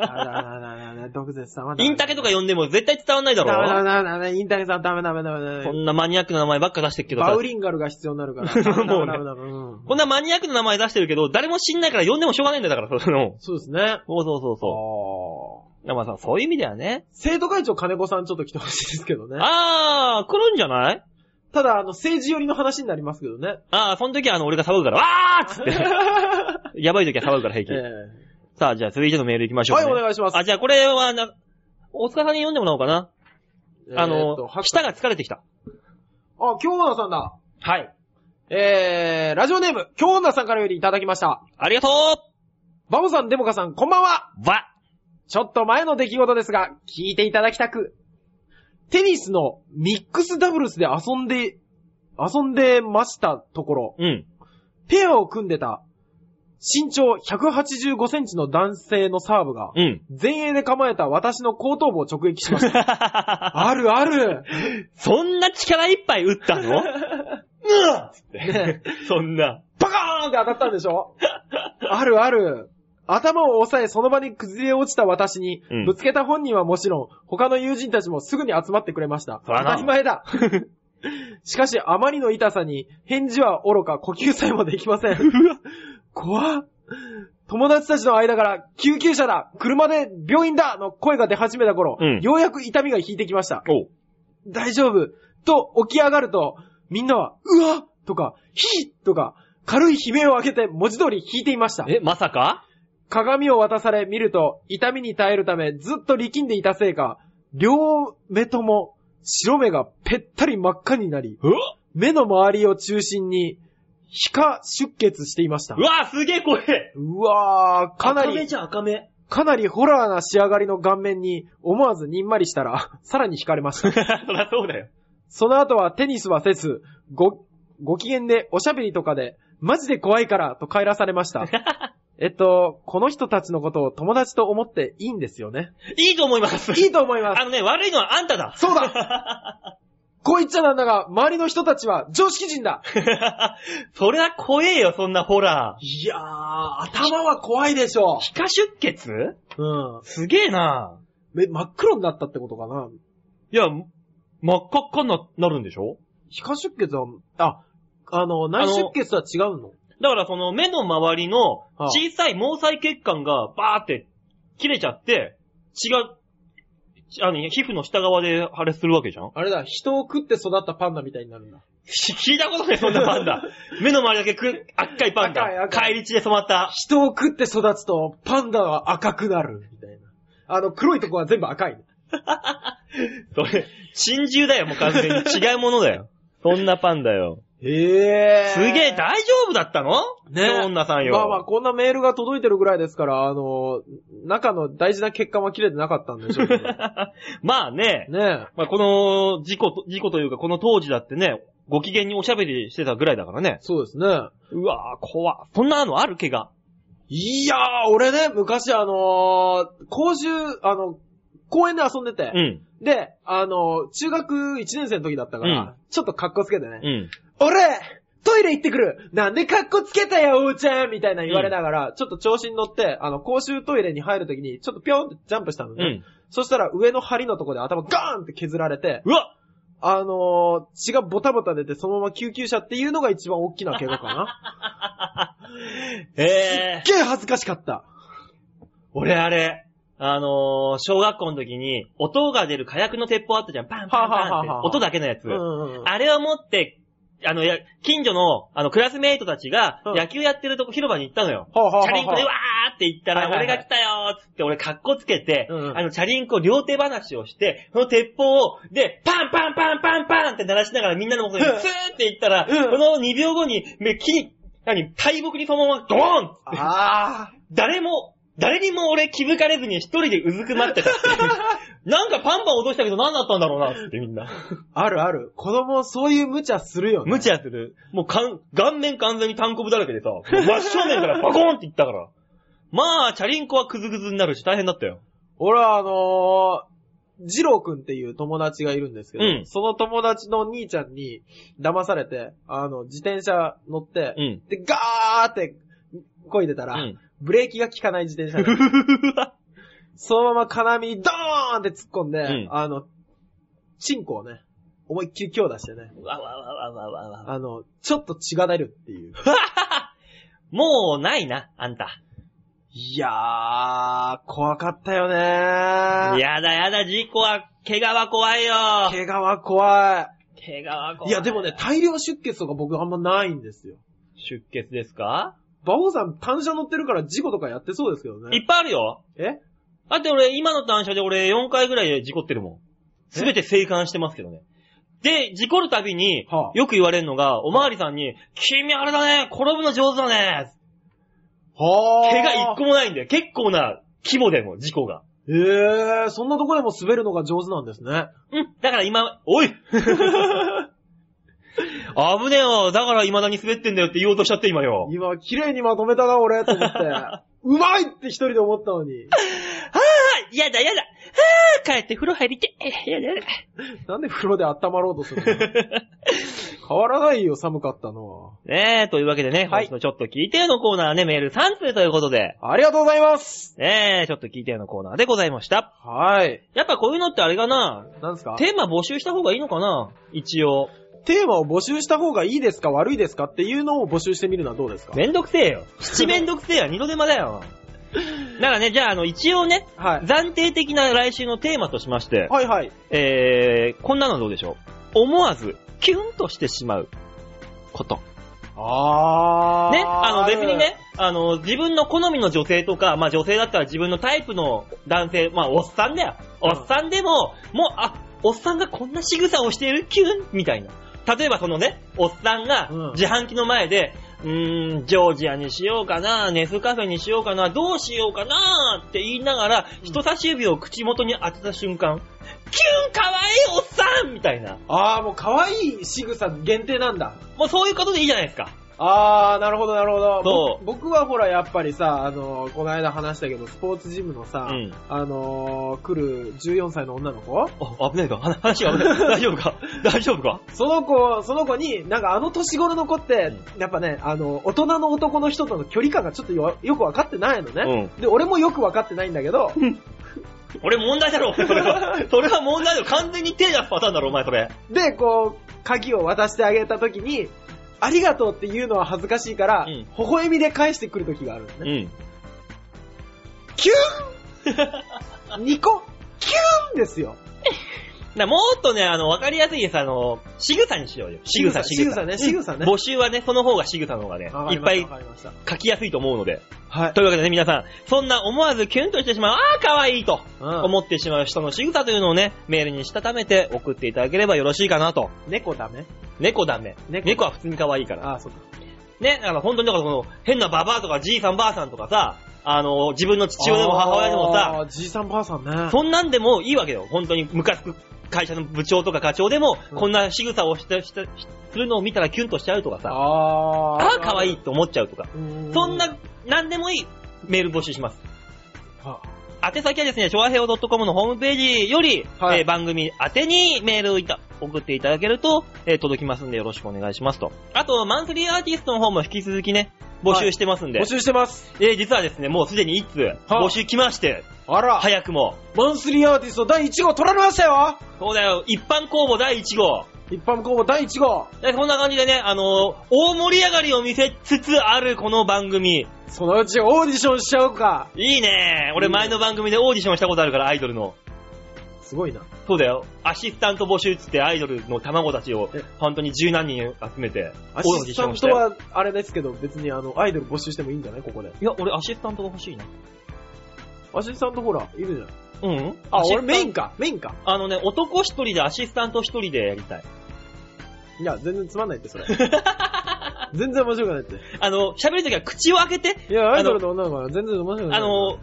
らららら、毒舌さんはダメ
インタケとか呼んでも絶対伝わんないだ
ダメダメ
ろ。
ダメダメ、インタケさんダメダメダメダメ
こ。んなマニアックな名前ばっか出してるけど
バ
さ
ウ。リンガルが必要になるから。ダメダメダメダメうん
こんなマニアックな名前出してるけど、誰も知んないから呼んでもしょうがないんだよだから、その。
そうですね。
そうそうそう
あ
そ
ー
う。まあさ、そういう意味ではね。
生徒会長金子さんちょっと来てほしいですけどね。
あー、来るんじゃない
ただ、あの、政治寄りの話になりますけ どね。
あー、その時はあの、俺が騒ぐから、わーっつ って。やばい時は騒ぐから平
え
気。さあ、じゃあ、続いてのメール行きまし
え
ょう、
は
ね。
い、お願いします。
あ、じゃあ、これはな、大塚さんに読んでもらおうかな。あ
えー
の
っと、は、
舌が疲れてきた。
あ、京女さんだ。
はい。
えー、ラジオネーム、京女さんからよりいただきました。
ありがと
バオさん、デモカさん、こんばんは。
うわ
ちょっと前の出来事ですが、聞いていただきたく。テニスのミックスダブルスで遊んで、遊んでましたところ、
うん。
ペアを組んでた、身長185センチの男性のサーブが、
うん。
前衛で構えた私の後頭部を直撃し ました。あるある。
そんな力いっぱい打ったのうわっつって
ね。
そんな。
バカーンって当たったんでしょ あるある。頭を押さえその場に崩れ落ちた私に、
うん
ぶつけた本人はもちろん、他の友人たちもすぐに集まってくれました。
そら
当
な
たり 前だ。しかし、あまりの痛さに、返事は愚か、呼吸さえもできません。うわ、怖っ友達たちの間から、救急車だ車で病院だの声が出始めた頃、
うん
ようやく痛みが引いてきました。
おう
大丈夫と起き上がると、みんなは、うわとか、ひとか、軽い悲鳴を上げて文字通り弾いていました。
え、まさか
鏡を渡され見ると、痛みに耐えるためずっと力んでいたせいか、両目とも白目がぺったり真っ赤になり、
う
目の周りを中心に、皮下出血していました。
わすげえ怖え
うわー、かな
赤目
り、
じゃん赤目。
かなりホラーな仕上がりの顔面に、思わずにんまりしたら、さらに惹かれまし た
そ。りゃそうだよ。
その後はテニスはせず、ご、ご機嫌でおしゃべりとかで、マジで怖いからと帰らされま した。えっと、この人たちのことを友達と思っていいんですよ ね。
いいと思います。
いいと思います。
あのね、悪いのはあんただ。
そうだ こう言っちゃなんだが、周りの人たちは常識人だ
それは怖えよ、そんなホラー。
いやー、頭は怖いでしょ
皮下出血
う。うん。
すげえな
め真っ黒になったってことかない
や、真っ赤っかにななるんでしょ
皮下出血は、あ、あの、内出血とは違うの
だからその目の周りの
あ
小さい毛細血管がバーって切れちゃって、血が、あの、皮膚の下側で破裂するわけじゃん
あれだ、人を食って育ったパンダみたいになるんだ。
聞いたことない、そんなパンダ。 目の周りだけく、赤いパン
赤い
ダ。
赤い
帰り血で染まった。
人を食って育つと、パンダは赤くなる、みたいな。あの、黒いとこは全部赤い。
それ、珍獣だよ、もう完全に。違うものだよ。そんなパンダよ。
へえ。
すげえ大丈夫だったの
ね
ね女さんよ。
まあまあ、こんなメールが届いてるぐらいですから、あの、中の大事な欠陥は切れてなかったんでしょう けど
まあね、
ね
まあこの事故と、事故というかこの当時だってね、ご機嫌におしゃべりしてたぐらいだからね。
そうですね。
うわぁ、怖っそんなのある怪我。
いやー、俺ね、昔あのー公衆、あの、公園で遊んでて、
うん。
で、あのー中学1年生の時だったから、
うん
ちょっと格好つけてね、
うん。
俺、トイレ行ってくるなんで格好つけたよ、おうちゃんみたいな言われながら、ちょっと調子に乗って、あの、公衆トイレに入る時に、ちょっとぴょんってジャンプしたの
う
ね。
ん。
そしたら上の針のとこで頭ガーンって削られて、
うわ
あのー血がボタボタ出てそのまま救急車っていうのが一番大きな怪我 かな。
え
すっげえ恥ずかしかった。
俺あれ、あのー、小学校の時に、音が出る火薬の鉄砲あったじゃん。パンパンパンっ
はあ
て
はあは。あ
音だけのやつ。
うんうんうん。
あれを持って、あの、や近所の、あの、クラスメイトたちが、
うん
野球やってるとこ広場に行ったのよ。
はあはあはあ
チャリンコでわーって行ったら、
はいはい
俺
はい
が来たよーっつって、俺格好つけて、
うんうん
あの、チャリンコ両手話をして、その鉄砲を、で、パンパンパンパンパンって鳴らしながらみんなの元にス
うん
ーって行ったら、
うん
その2秒後に、め、木に、何、大木にそのままドーンっつって、
あ
誰も、誰にも俺気づかれずに一人でうずくまってたっていう。 なんかパンパン落としたけど何だったんだろうなっつってみんな。
ー、あるある。子供そういう無茶するよね。
無茶する。もうかん、顔面完全にタンコブだらけでさ、もう真正面からバコーンっていったから。まあ、チャリンコはクズクズになるし大変だったよ。
俺はあのー、ジローくんっていう友達がいるんですけど、
うん
その友達の兄ちゃんに騙されて、あの、自転車乗って、
うん
で、ガーって、こいでたら、
うん
ブレーキが効かない自転車で、 そのまま金網にドーンって突っ込んで、
うん
あの、チンコをね、思いっきり強打してね、
わわわわわわわ。
あの、ちょっと血が出るっ ていう。
もうないな、あんた。
いやー、怖かったよねー。
やだやだ、事故は、怪我は怖いよ。
怪我は怖い。
怪我は怖い。
いや、でもね、、大量出血とか僕あんまないんですよ。
出血ですか
馬王さん、単車乗ってるから事故とかやってそうですけど
い
ね。
っぱいあるよ。
え
だって俺、今の単車で俺4回ぐらいで事故ってるもん。すべて生還してますけどね。で、事故るたびに
はあ、
よく言われるのが、おまわりさんに、君あれだね、転ぶの上手だね、
は
怪我一個もないんだよ。結構な規模でも、事故が。
えー、そんなとこでも滑るのが上手なんです ね。
うん、だから今、おい危ねえよ、だから未だに滑ってんだよって言おうとしちゃって今よ。
今、綺麗にまとめたな、俺、と思 って。うまいって一人で思ったのに。
はぁ、やだやだ、はぁ、帰って風呂入りて、やだやだ。
なんで風呂で温まろうとする の変わらないよ、寒かったの
ねえ、というわけでね、
は
本
い
日のちょっと聞いてよのコーナーはね、メール3通ということで、
は。ありがとうございます
ねえ、ちょっと聞いてよのコーナーでございました。
はい。
やっぱこういうのってあれかな
なんですか
テーマ募集した方がいいのかな一応。
テーマを募集した方がいいですか悪いですかっていうのを募集してみるのはどうですか
めんどくせえよ。七めんどくせえよ。二度手間だよ。だからね、じゃあ、あの、一応ね、
はい。
暫定的な来週のテーマとしまして、
はいはい。
えー、こんなのどうでしょう。思わず、キュンとしてしまうこと。
あー。
ね、あの別にね、あの、自分の好みの女性とか、まあ女性だったら自分のタイプの男性、まあおっさんだよ。おっさんでも、もう、あ、おっさんがこんな仕草をしているキュンみたいな。例えばそのね、おっさんが
うん
自販機の前で、うーん、ジョージアにしようかな、ネスカフェにしようかな、どうしようかなって言いながら、人差し指を口元に当てた瞬間、キュンかわいいおっさんみたいな。
あー、もう可愛い仕草限定なんだ。
もうそういうことでいいじゃないですか。
あー、なるほど、なるほど。
そう
ぼ僕はほら、やっぱりさ、あのー、この間話したけど、スポーツジムのさ、
うん
あのー、来る14歳の女の子
あ、危ないか話が危ない。大丈夫か大丈夫か
その子、その子に、なんかあの年頃の子って、やっぱね、あの、大人の男の人との距離感がちょっとよよく分かってないのね。で、俺もよく分かってないんだけ ど、
俺問題だろ、お 前それは。それは問題だろ。完全に手出すパターンだろ、お前それ。
で、こう、鍵を渡してあげた時に、ありがとうって言うのは恥ずかしいから、
うん
微笑みで返してくる時があるのね。
ん。
キュ ーンニコキューンですよ。
なもっとね、あの、わかりやすいさ、あの、仕草にしようよ。仕草、仕
仕
草。
草ね、仕草ね。
募集はね、その方が仕草の方がね
わか、
い
り
っ
ま
ぱ
した
い
わかりました。
書きやすいと思うので。
はい。
というわけでね、皆さん、そんな思わずキュンとしてしまう、あー可愛いと
うん
思ってしまう人の仕草というのをね、メールにしたためて送っていただければよろしいかなと。
猫ダメ
猫ダメ。
猫
猫は普通に可愛いから。
あ、そっか。
ね、あの、本当にだからその、変なババアとかじいさんばあさんとかさ、あの、自分の父親でも母親でもさ、
あー、じいさんばあさんね。
そんなんでもいいわけよ。本当にムカつく会社の部長とか課長でも、
うん
こんな仕草をして、して、しするのを見たらキュンとしちゃうとかさ、
あ
あ
ー
あ、可愛いと思っちゃうとか。
うー
そん、な、なんでもいいメール募集します。
は
宛先はですね、昭和平和 .com のホームページより、
はい
えー番組宛てにメールをいた送っていただけると、えー届きますんでよろしくお願いしますと。あと、マンスリーアーティストの方も引き続きね、募集してますんで、
募集してます。
えー実はですね、もうすでに1通
はい
募集来まして、
あら、
早くも。
マンスリーアーティスト第1号取られましたよ
そうだよ、一般公募第1号。
一般公募第1号。
でこんな感じでね、あのー大盛り上がりを見せつつあるこの番組。
そのうちオーディションしちゃおうか。
いいね俺前の番組でオーディションしたことあるから、アイドルの。
すごいな。
そうだよ。アシスタント募集っつってアイドルの卵たちを
え、
本当に十何人集めて、
アシスタン
した
ト
よ。
は、あれですけど、別にあの、アイドル募集してもいいんじゃないここで。
いや、俺アシスタントが欲しいな。
アシスタントほら、いるじゃん。
うん
あ、俺メイ
ン
ンか、メインか。
あのね、男一人でアシスタント一人でやりたい。
いや、全然つまんな いって、それ。全然面白くないって。
あの、喋るときは口を開けて、
いや、アイドルの女の子は全然面白くない。
あの、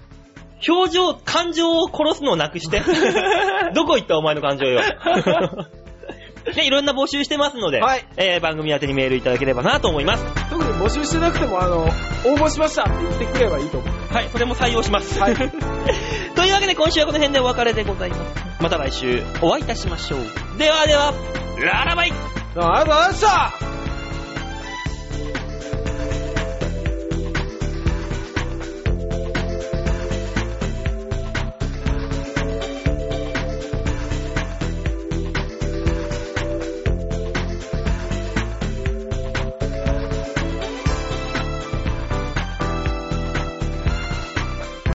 表情、感情を殺すのをなくして。 どこ行ったお前の感情よ。で、いろんな募集してますので、
はい
えー番組宛てにメールいただければなと思います。
特に募集してなくても、あの、応募しましたって言ってくればいいと思う。
はい、それも採用します。
はい
というわけで今週はこの辺でお別れでございます。また来週お会いいたしましょう。ではでは、ララバイ
あありがとうございました